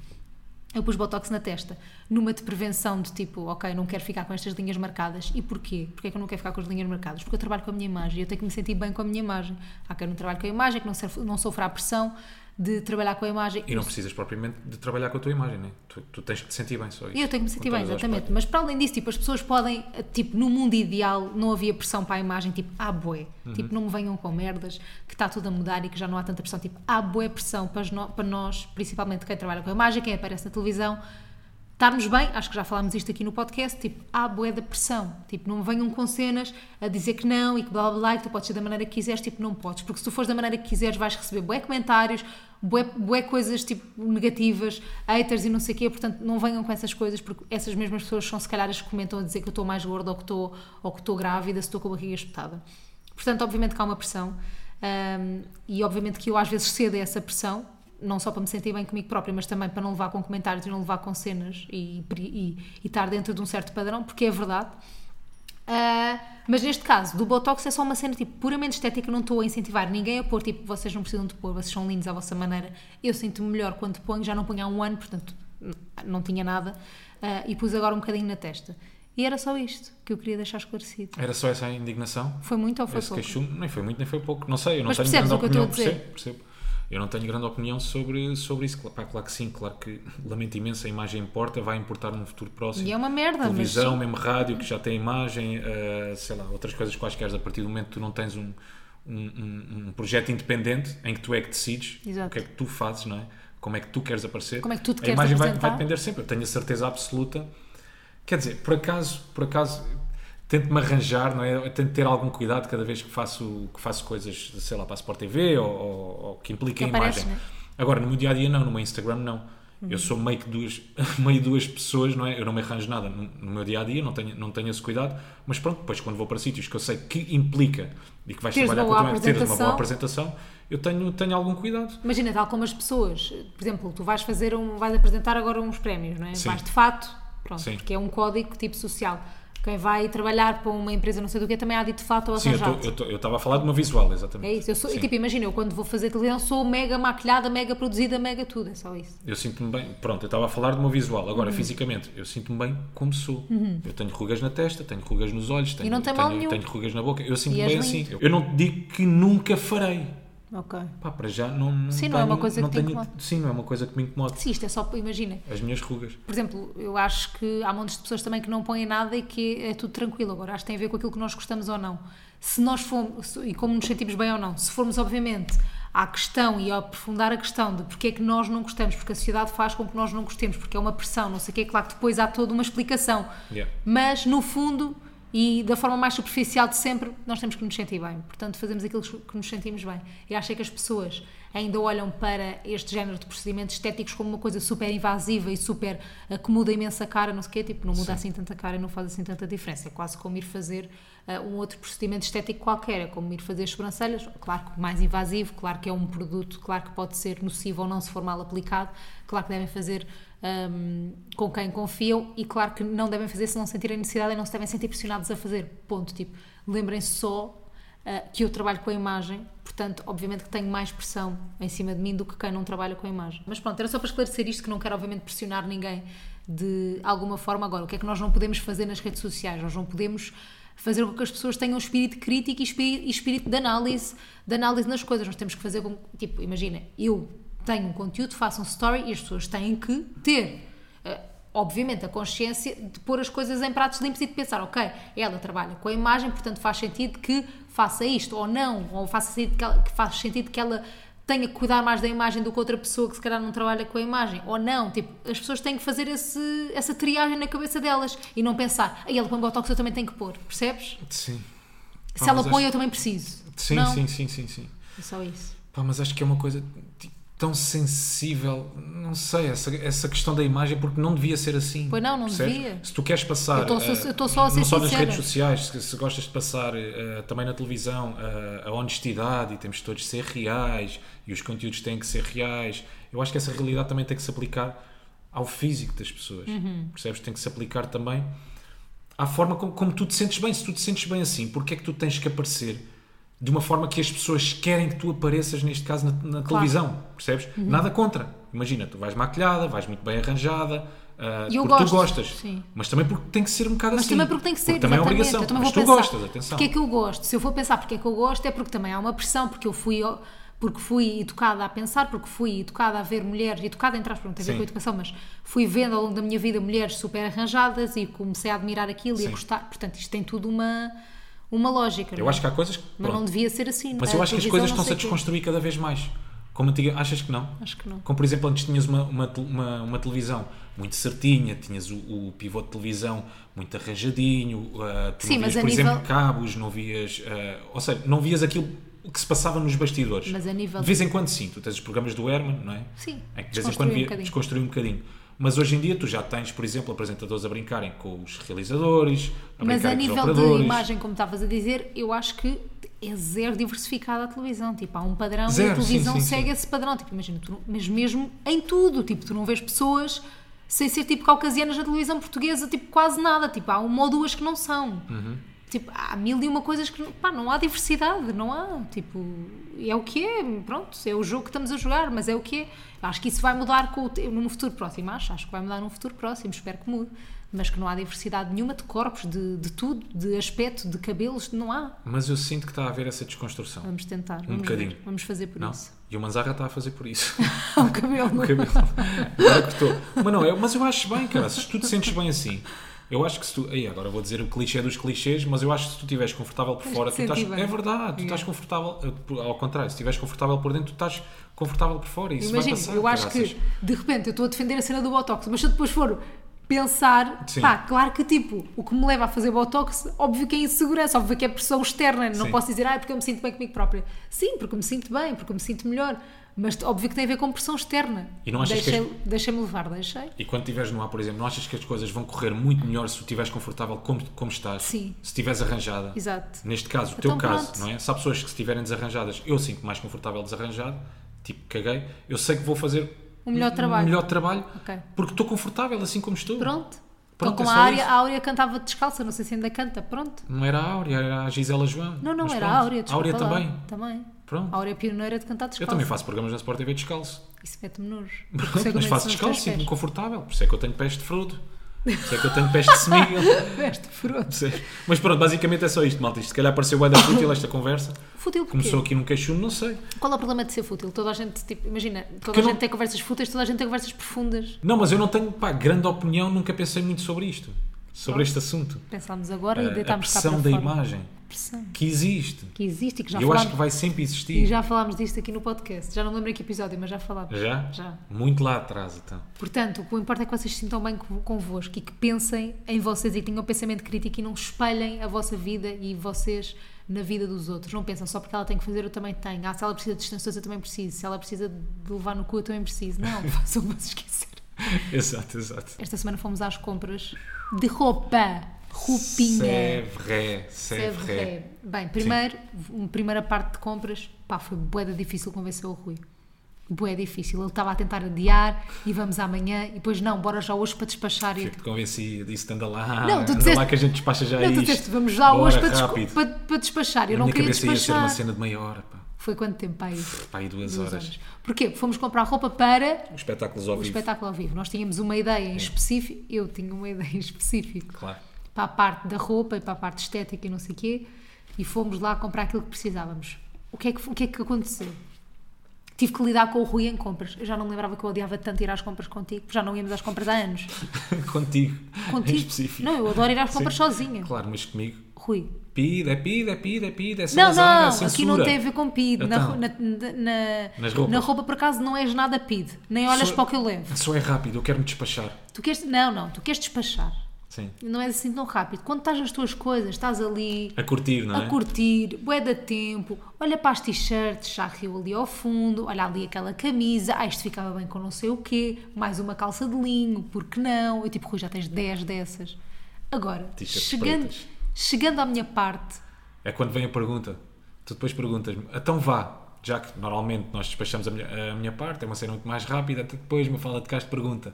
[SPEAKER 1] Eu pus botox na testa, numa de prevenção de tipo, ok, não quero ficar com estas linhas marcadas. E porquê? Porquê é que eu não quero ficar com as linhas marcadas? Porque eu trabalho com a minha imagem, eu tenho que me sentir bem com a minha imagem. Há quem não trabalhe com a imagem, que não, sofre- não sofra a pressão de trabalhar com a imagem.
[SPEAKER 2] E não precisas propriamente de trabalhar com a tua imagem, né? tu, tu tens que te sentir bem só isso.
[SPEAKER 1] Eu tenho que me sentir
[SPEAKER 2] Com
[SPEAKER 1] bem,
[SPEAKER 2] todas as
[SPEAKER 1] exatamente. Mas para além disso, tipo, as pessoas podem, tipo, no mundo ideal não havia pressão para a imagem, tipo, ah, bué, tipo, não me venham com merdas, que está tudo a mudar e que já não há tanta pressão, tipo, ah, bué pressão para, as no- para nós, principalmente quem trabalha com a imagem, quem aparece na televisão, estarmos bem, acho que já falámos isto aqui no podcast, tipo, ah, bué da pressão, tipo, não me venham com cenas a dizer que não e que blá blá blá, e que tu podes ser da maneira que quiseres, tipo, não podes, porque se tu fores da maneira que quiseres vais receber bué comentários, bué, bué coisas, tipo, negativas, haters e não sei o quê, portanto, não venham com essas coisas, porque essas mesmas pessoas são, se calhar, as que comentam a dizer que eu estou mais gorda ou que estou, ou que estou grávida, se estou com a barriga espetada. Portanto, obviamente que há uma pressão, hum, e obviamente que eu às vezes cedo a essa pressão, não só para me sentir bem comigo própria, mas também para não levar com comentários e não levar com cenas e, e, e estar dentro de um certo padrão, porque é verdade. Ah, mas neste caso, do Botox é só uma cena tipo, puramente estética, não estou a incentivar ninguém a pôr, tipo, vocês não precisam de pôr, vocês são lindos à vossa maneira. Eu sinto-me melhor quando ponho, já não ponho há um ano, portanto n- não tinha nada, ah, e pus agora um bocadinho na testa. E era só isto que eu queria deixar esclarecido.
[SPEAKER 2] Era só essa a indignação?
[SPEAKER 1] Foi muito ou Então foi
[SPEAKER 2] Esse
[SPEAKER 1] pouco?
[SPEAKER 2] queixume nem foi muito nem foi pouco, não sei, eu não
[SPEAKER 1] Mas
[SPEAKER 2] tenho
[SPEAKER 1] percebes
[SPEAKER 2] grande
[SPEAKER 1] o que eu estou a
[SPEAKER 2] opinião,
[SPEAKER 1] dizer?
[SPEAKER 2] percebo, percebo. Eu não tenho grande opinião sobre, sobre isso. Claro, pá, claro que sim, claro que lamento imenso, a imagem importa, vai importar num futuro próximo.
[SPEAKER 1] E é uma merda, mas
[SPEAKER 2] Televisão,
[SPEAKER 1] sim.
[SPEAKER 2] mesmo rádio, que já tem imagem, eh, sei lá, outras coisas quaisquer, a partir do momento que tu não tens um, um, um- um projeto independente em que tu é que decides
[SPEAKER 1] Exato.
[SPEAKER 2] o que é que tu fazes, não é? Como é que tu queres aparecer.
[SPEAKER 1] Como é que tu te
[SPEAKER 2] a
[SPEAKER 1] queres
[SPEAKER 2] imagem vai,
[SPEAKER 1] apresentar.
[SPEAKER 2] vai depender sempre, eu tenho a certeza absoluta. Quer dizer, por acaso, por acaso tento-me arranjar, não é? Eu tento ter algum cuidado cada vez que faço, que faço coisas, sei lá, para a Sport TV ou, ou- ou que impliquem
[SPEAKER 1] Que aparece, é? Uhum.
[SPEAKER 2] imagem. Agora, no meu dia a dia, não, no meu Instagram, não. Eu sou meio que duas, meio duas pessoas, não é? Eu não me arranjo nada no, no meu dia a dia, não tenho, não tenho esse cuidado, mas pronto, depois quando vou para sítios que eu sei que implica e que vais
[SPEAKER 1] Teres
[SPEAKER 2] trabalhar
[SPEAKER 1] uma boa
[SPEAKER 2] com teres uma boa
[SPEAKER 1] apresentação.
[SPEAKER 2] apresentação, eu tenho, tenho algum cuidado.
[SPEAKER 1] Imagina, tal como as pessoas, por exemplo, tu vais fazer um, vais apresentar agora uns prémios, não é?
[SPEAKER 2] Sim.
[SPEAKER 1] Vais de fato, pronto,
[SPEAKER 2] Sim.
[SPEAKER 1] porque é um código tipo social. Quem vai trabalhar para uma empresa não sei do que também há de ir de fato ou
[SPEAKER 2] Sim, eu
[SPEAKER 1] arranjado.
[SPEAKER 2] tô- eu tô- eu estava a falar de uma visual, exatamente.
[SPEAKER 1] É isso, eu sou, e
[SPEAKER 2] Sim.
[SPEAKER 1] tipo, imagina, eu quando vou fazer televisão sou mega maquilhada, mega produzida, mega tudo, é só isso.
[SPEAKER 2] Eu sinto-me bem, pronto, eu estava a falar do meu visual, agora
[SPEAKER 1] Uhum.
[SPEAKER 2] fisicamente, eu sinto-me bem como sou. Eu tenho rugas na testa, tenho rugas nos olhos, tenho,
[SPEAKER 1] não tem mal nenhum.
[SPEAKER 2] tenho, tenho rugas na boca, eu sinto-me
[SPEAKER 1] és
[SPEAKER 2] bem assim.
[SPEAKER 1] lindo.
[SPEAKER 2] Eu não te digo que nunca farei.
[SPEAKER 1] Ok.
[SPEAKER 2] Pá, para já não, não
[SPEAKER 1] Sim, não é uma coisa que te
[SPEAKER 2] tenho-
[SPEAKER 1] incomoda.
[SPEAKER 2] Sim, não é uma coisa que me incomoda.
[SPEAKER 1] Sim, isto é só, imagina,
[SPEAKER 2] As minhas rugas.
[SPEAKER 1] por exemplo, eu acho que há montes de pessoas também que não põem nada e que é tudo tranquilo. Agora, acho que tem a ver com aquilo que nós gostamos ou não. Se nós formos, se- e como nos sentimos bem ou não, se formos, obviamente, à questão e a aprofundar a questão de porque é que nós não gostamos, porque a sociedade faz com que nós não gostemos, porque é uma pressão, não sei o que, é claro que depois há toda uma explicação.
[SPEAKER 2] Yeah.
[SPEAKER 1] Mas, no fundo, e da forma mais superficial de sempre, nós temos que nos sentir bem. Portanto, fazemos aquilo que nos sentimos bem. E acho é que as pessoas ainda olham para este género de procedimentos estéticos como uma coisa super invasiva e super eh, que muda imensa cara, não sei o quê. Tipo, não muda assim tanta cara e não faz assim tanta diferença. É quase como ir fazer eh, um outro procedimento estético qualquer. É como ir fazer as sobrancelhas. Claro que mais invasivo, claro que é um produto, claro que pode ser nocivo ou não se for mal aplicado. Claro que devem fazer hum, com quem confiam e claro que não devem fazer se não sentirem necessidade e não se devem sentir pressionados a fazer. Ponto. Tipo, lembrem-se só ah, que eu trabalho com a imagem, portanto, obviamente que tenho mais pressão em cima de mim do que quem não trabalha com a imagem. Mas pronto, era só para esclarecer isto que não quero obviamente pressionar ninguém de alguma forma agora. O que é que nós não podemos fazer nas redes sociais? Nós não podemos fazer com que as pessoas tenham espírito crítico e espírito, e espírito de análise, de análise nas coisas. Nós temos que fazer com, que, tipo, imagina, eu tenho um conteúdo, faço um story e as pessoas têm que ter, eh, obviamente, a consciência de pôr as coisas em pratos limpos e de pensar, ok, ela trabalha com a imagem, portanto faz sentido que faça isto ou não, ou faça sentido que, ela- que faz sentido que ela tenha que cuidar mais da imagem do que outra pessoa que se calhar não trabalha com a imagem, ou não, tipo, as pessoas têm que fazer esse- essa triagem na cabeça delas e não pensar, aí ela põe botox, eu também tenho que pôr, percebes?
[SPEAKER 2] Sim.
[SPEAKER 1] Se
[SPEAKER 2] Ah,
[SPEAKER 1] ela
[SPEAKER 2] mas
[SPEAKER 1] põe,
[SPEAKER 2] acho-
[SPEAKER 1] eu também preciso.
[SPEAKER 2] Sim,
[SPEAKER 1] não?
[SPEAKER 2] sim, sim, sim, sim.
[SPEAKER 1] É só isso.
[SPEAKER 2] Pá, mas acho que é uma coisa tipo, tão sensível, não sei, essa, essa questão da imagem, porque não devia ser assim.
[SPEAKER 1] Pois não, não
[SPEAKER 2] percebes?
[SPEAKER 1] devia.
[SPEAKER 2] Se tu queres passar.
[SPEAKER 1] Eu tô só-
[SPEAKER 2] eh,
[SPEAKER 1] eu tô só a ser
[SPEAKER 2] Não só nas
[SPEAKER 1] sincera.
[SPEAKER 2] redes sociais, se, se gostas de passar eh, também na televisão eh, a honestidade e temos todos de ser reais e os conteúdos têm que ser reais, eu acho que essa realidade também tem que se aplicar ao físico das pessoas.
[SPEAKER 1] Uhum.
[SPEAKER 2] Percebes? Tem que se aplicar também à forma como, como tu te sentes bem. Se tu te sentes bem assim, porque é que tu tens que aparecer de uma forma que as pessoas querem que tu apareças, neste caso, na, na televisão? Percebes?
[SPEAKER 1] Uhum.
[SPEAKER 2] Nada contra. Imagina, tu vais maquilhada, vais muito bem arranjada. ah,
[SPEAKER 1] E eu
[SPEAKER 2] porque
[SPEAKER 1] gosto,
[SPEAKER 2] tu gostas,
[SPEAKER 1] sim.
[SPEAKER 2] mas também porque tem que ser um bocado
[SPEAKER 1] Mas
[SPEAKER 2] assim.
[SPEAKER 1] também porque tem que ser.
[SPEAKER 2] Porque também é
[SPEAKER 1] exatamente.
[SPEAKER 2] obrigação.
[SPEAKER 1] Eu também
[SPEAKER 2] mas
[SPEAKER 1] vou
[SPEAKER 2] tu
[SPEAKER 1] pensar,
[SPEAKER 2] gostas,
[SPEAKER 1] é
[SPEAKER 2] atenção.
[SPEAKER 1] Porque é que eu gosto? Se eu for pensar porque é que eu gosto, é porque também há uma pressão, porque eu fui. ao- porque fui educada a pensar, porque fui educada a ver mulheres, educada entre aspas, não tem a ver
[SPEAKER 2] Sim.
[SPEAKER 1] com a educação, mas fui vendo ao longo da minha vida mulheres super arranjadas e comecei a admirar aquilo e a
[SPEAKER 2] Sim.
[SPEAKER 1] gostar. Portanto, isto tem tudo uma, uma lógica.
[SPEAKER 2] Eu
[SPEAKER 1] não é?
[SPEAKER 2] acho que há coisas que.
[SPEAKER 1] Mas não
[SPEAKER 2] pronto.
[SPEAKER 1] devia ser assim.
[SPEAKER 2] Mas
[SPEAKER 1] A
[SPEAKER 2] eu acho que as
[SPEAKER 1] televisão
[SPEAKER 2] coisas
[SPEAKER 1] não
[SPEAKER 2] estão-se a
[SPEAKER 1] sei o quê.
[SPEAKER 2] desconstruir cada vez mais. Como antiga, achas que não?
[SPEAKER 1] Acho que não.
[SPEAKER 2] Como, por exemplo, antes tinhas uma, uma, te- uma, uma televisão muito certinha, tinhas o, o pivô de televisão muito arranjadinho, ah, tu
[SPEAKER 1] Sim,
[SPEAKER 2] não
[SPEAKER 1] mas
[SPEAKER 2] vias,
[SPEAKER 1] a
[SPEAKER 2] por
[SPEAKER 1] nível-
[SPEAKER 2] exemplo, cabos, não vias... ah, ou seja, não vias aquilo que se passava nos bastidores.
[SPEAKER 1] Mas a nível-
[SPEAKER 2] De vez em quando, sim. Tu tens os programas do Herman, não é?
[SPEAKER 1] Sim,
[SPEAKER 2] É que de vez em
[SPEAKER 1] desconstruir
[SPEAKER 2] quando
[SPEAKER 1] um
[SPEAKER 2] via,
[SPEAKER 1] bocadinho.
[SPEAKER 2] desconstruir um bocadinho. Mas hoje em dia tu já tens, por exemplo, apresentadores a brincarem com os realizadores, a
[SPEAKER 1] Mas a
[SPEAKER 2] brincarem com os
[SPEAKER 1] nível
[SPEAKER 2] operadores.
[SPEAKER 1] de imagem, como estavas a dizer, eu acho que é zero diversificada a televisão. Tipo, há um padrão e a
[SPEAKER 2] Zero, sim,
[SPEAKER 1] televisão
[SPEAKER 2] sim,
[SPEAKER 1] segue
[SPEAKER 2] sim.
[SPEAKER 1] esse padrão. Tipo, imagina, tu, não- mas mesmo em tudo, tipo, tu não vês pessoas sem ser tipo caucasianas na televisão portuguesa, tipo, quase nada. Tipo, há uma ou duas que não são.
[SPEAKER 2] Uhum.
[SPEAKER 1] Tipo, há mil e uma coisas que não- pá, não há diversidade, não há. Tipo, é o que é, pronto, é o jogo que estamos a jogar, mas é o que é. Acho que isso vai mudar com o te- num futuro próximo, acho. Acho que vai mudar num futuro próximo, espero que mude. Mas que não há diversidade nenhuma de corpos, de, de tudo, de aspecto, de cabelos, não há.
[SPEAKER 2] Mas eu sinto que está a haver essa desconstrução.
[SPEAKER 1] Vamos tentar, vamos
[SPEAKER 2] Um bocadinho.
[SPEAKER 1] ver, vamos fazer por
[SPEAKER 2] Não?
[SPEAKER 1] isso. Um
[SPEAKER 2] E o Manzarra está a fazer por isso.
[SPEAKER 1] o cabelo.
[SPEAKER 2] o cabelo. Agora cortou. Mas não, eu, mas eu acho bem, cara. Se tu te sentes bem assim, eu acho que se tu. Aí, agora vou dizer o clichê dos clichês, mas eu acho que se tu estiveres confortável por
[SPEAKER 1] Tens
[SPEAKER 2] fora,
[SPEAKER 1] que
[SPEAKER 2] tu
[SPEAKER 1] te
[SPEAKER 2] estás.
[SPEAKER 1] sentir bem.
[SPEAKER 2] É verdade, tu estás confortável. eh, por- Ao contrário, se estiveres confortável por dentro, tu estás confortável por fora. e Isso
[SPEAKER 1] Imagina,
[SPEAKER 2] vai passar.
[SPEAKER 1] eu acho
[SPEAKER 2] caraças.
[SPEAKER 1] que de repente eu estou a defender a cena do Botox, mas se eu depois for pensar,
[SPEAKER 2] Sim.
[SPEAKER 1] pá, claro que tipo, o que me leva a fazer Botox, óbvio que é insegurança, óbvio que é pressão externa, não
[SPEAKER 2] Sim.
[SPEAKER 1] posso dizer, ah, é porque eu me sinto bem comigo própria. Sim, porque eu me sinto bem, porque eu me sinto melhor, mas óbvio que tem a ver com pressão externa.
[SPEAKER 2] E não achas que
[SPEAKER 1] deixei, Deixei-me levar, deixei.
[SPEAKER 2] E quando estiveres no ar, por exemplo, não achas que as coisas vão correr muito melhor se tu estiveres confortável como, como estás?
[SPEAKER 1] Sim.
[SPEAKER 2] Se estiveres arranjada?
[SPEAKER 1] Exato.
[SPEAKER 2] Neste caso, o
[SPEAKER 1] Então,
[SPEAKER 2] teu caso,
[SPEAKER 1] pronto.
[SPEAKER 2] não é? Se há pessoas que se estiverem desarranjadas, eu sinto mais confortável desarranjado, tipo, caguei, eu sei que vou fazer
[SPEAKER 1] O melhor trabalho.
[SPEAKER 2] melhor trabalho,
[SPEAKER 1] Ok.
[SPEAKER 2] porque estou confortável assim como estou.
[SPEAKER 1] Pronto. então,
[SPEAKER 2] Pronto, é
[SPEAKER 1] com
[SPEAKER 2] só
[SPEAKER 1] a Áurea,
[SPEAKER 2] isso.
[SPEAKER 1] a Áurea cantava descalça, não sei se ainda canta, pronto.
[SPEAKER 2] Não era a Áurea, era a Gisela João.
[SPEAKER 1] Não, não,
[SPEAKER 2] Mas
[SPEAKER 1] era
[SPEAKER 2] pronto.
[SPEAKER 1] a Áurea, desculpa
[SPEAKER 2] Áurea
[SPEAKER 1] lá.
[SPEAKER 2] também.
[SPEAKER 1] Também.
[SPEAKER 2] Pronto.
[SPEAKER 1] A Áurea é pioneira de cantar descalça.
[SPEAKER 2] Eu também faço programas na Sport TV descalço.
[SPEAKER 1] Isso mete-me nojo. Porque sei como é
[SPEAKER 2] Pronto, mas
[SPEAKER 1] que
[SPEAKER 2] faço
[SPEAKER 1] são os
[SPEAKER 2] descalço,
[SPEAKER 1] teus
[SPEAKER 2] sinto-me
[SPEAKER 1] pés.
[SPEAKER 2] confortável. Por isso é que eu tenho pés de fruto. Por isso é que eu tenho pés de semigel.
[SPEAKER 1] Veste furor.
[SPEAKER 2] Sim. Mas pronto, basicamente é só isto, malta. Isto se calhar pareceu bem da fútil esta conversa.
[SPEAKER 1] Fútil porquê?
[SPEAKER 2] Começou aqui num queixume, não sei.
[SPEAKER 1] Qual é o problema de ser fútil? Toda a gente, tipo, imagina, toda a
[SPEAKER 2] Porque eu
[SPEAKER 1] gente
[SPEAKER 2] não-
[SPEAKER 1] tem conversas fúteis, toda a gente tem conversas profundas.
[SPEAKER 2] Não, mas eu não tenho pá, grande opinião, nunca pensei muito sobre isto. Sobre este assunto.
[SPEAKER 1] Pensámos agora
[SPEAKER 2] A-
[SPEAKER 1] e
[SPEAKER 2] a
[SPEAKER 1] deitámos cá para
[SPEAKER 2] pressão da
[SPEAKER 1] fora.
[SPEAKER 2] imagem
[SPEAKER 1] A pressão
[SPEAKER 2] que existe.
[SPEAKER 1] que existe e que já
[SPEAKER 2] eu
[SPEAKER 1] falámos.
[SPEAKER 2] acho que vai sempre
[SPEAKER 1] E
[SPEAKER 2] existir.
[SPEAKER 1] já falámos disto aqui no podcast. Já não me lembro em que episódio, mas já falámos.
[SPEAKER 2] Já?
[SPEAKER 1] Já.
[SPEAKER 2] Muito lá atrás, então.
[SPEAKER 1] Portanto, o que importa é que vocês se sintam bem co- convosco e que pensem em vocês e que tenham um pensamento crítico e não espelhem a vossa vida e vocês na vida dos outros. Não pensam só porque ela tem que fazer, eu também tenho. Ah, se ela precisa de distâncias, eu também preciso. Se ela precisa de levar no cu, eu também preciso. Não, façam vocês esquecer.
[SPEAKER 2] exato, exato.
[SPEAKER 1] Esta semana fomos às compras de roupa.
[SPEAKER 2] C'est
[SPEAKER 1] Roupinha. é
[SPEAKER 2] vrai, c'est vrai.
[SPEAKER 1] Bem, primeiro, uma primeira parte de compras, pá, foi bué de difícil convencer o Rui. Bué difícil. Ele estava a tentar adiar e vamos amanhã e depois não, bora já hoje para despachar.
[SPEAKER 2] Fui
[SPEAKER 1] E...
[SPEAKER 2] que te convenci, disse anda lá,
[SPEAKER 1] Não, tu
[SPEAKER 2] anda
[SPEAKER 1] disseste-
[SPEAKER 2] lá que a gente despacha já
[SPEAKER 1] Não, tu
[SPEAKER 2] É isto.
[SPEAKER 1] disseste, vamos já
[SPEAKER 2] Bora,
[SPEAKER 1] hoje para, desco-
[SPEAKER 2] rápido.
[SPEAKER 1] para, para despachar. Eu
[SPEAKER 2] A
[SPEAKER 1] não
[SPEAKER 2] minha
[SPEAKER 1] queria
[SPEAKER 2] cabeça ia ser
[SPEAKER 1] despachar.
[SPEAKER 2] uma cena de meia hora, pá.
[SPEAKER 1] Foi quanto tempo para aí?
[SPEAKER 2] Pá, aí duas,
[SPEAKER 1] Duas
[SPEAKER 2] horas.
[SPEAKER 1] horas. Porquê? Porque Fomos comprar roupa para
[SPEAKER 2] Espetáculos Um ao
[SPEAKER 1] o
[SPEAKER 2] vivo.
[SPEAKER 1] Um
[SPEAKER 2] É.
[SPEAKER 1] espetáculo ao vivo. Nós tínhamos uma ideia em específico, eu tinha uma ideia em específico.
[SPEAKER 2] Claro.
[SPEAKER 1] para a parte da roupa e para a parte estética e não sei o quê, e fomos lá comprar aquilo que precisávamos. O que é que, o que, é que aconteceu? Tive que lidar com o Rui em compras. Eu já não me lembrava que eu odiava tanto ir às compras contigo, porque já não íamos às compras há anos.
[SPEAKER 2] Contigo. Em
[SPEAKER 1] Contigo.
[SPEAKER 2] específico.
[SPEAKER 1] Não, é? eu adoro ir às compras
[SPEAKER 2] Sim.
[SPEAKER 1] sozinha.
[SPEAKER 2] Claro, mas comigo.
[SPEAKER 1] Rui.
[SPEAKER 2] Pida, é pida, é pida, é pida. É
[SPEAKER 1] Não,
[SPEAKER 2] Salazar, é
[SPEAKER 1] não, aqui não
[SPEAKER 2] censura.
[SPEAKER 1] tem a ver com PID. Na,
[SPEAKER 2] Então.
[SPEAKER 1] ro- na, na, na-
[SPEAKER 2] Nas roupas.
[SPEAKER 1] na roupa, por acaso, não és nada PID. Nem olhas
[SPEAKER 2] Só-
[SPEAKER 1] para o que eu levo.
[SPEAKER 2] Só é rápido, eu quero me despachar.
[SPEAKER 1] Tu queres. Não, não, tu queres despachar.
[SPEAKER 2] Sim.
[SPEAKER 1] Não é assim tão rápido. Quando estás nas tuas coisas, estás ali.
[SPEAKER 2] A curtir, não é?
[SPEAKER 1] a curtir, bué da tempo, olha para as t-shirts, já riu ali ao fundo, olha ali aquela camisa, ah, isto ficava bem com não sei o quê, mais uma calça de linho, por que não? Eu tipo, Rui, já tens 10 dessas. Agora,
[SPEAKER 2] T-shirts
[SPEAKER 1] chegando,
[SPEAKER 2] pretas.
[SPEAKER 1] chegando à minha parte,
[SPEAKER 2] É quando vem a pergunta. Tu depois perguntas-me, então vá. Já que normalmente nós despachamos a minha, a minha parte, é uma cena muito mais rápida, até depois me fala de cá de pergunta.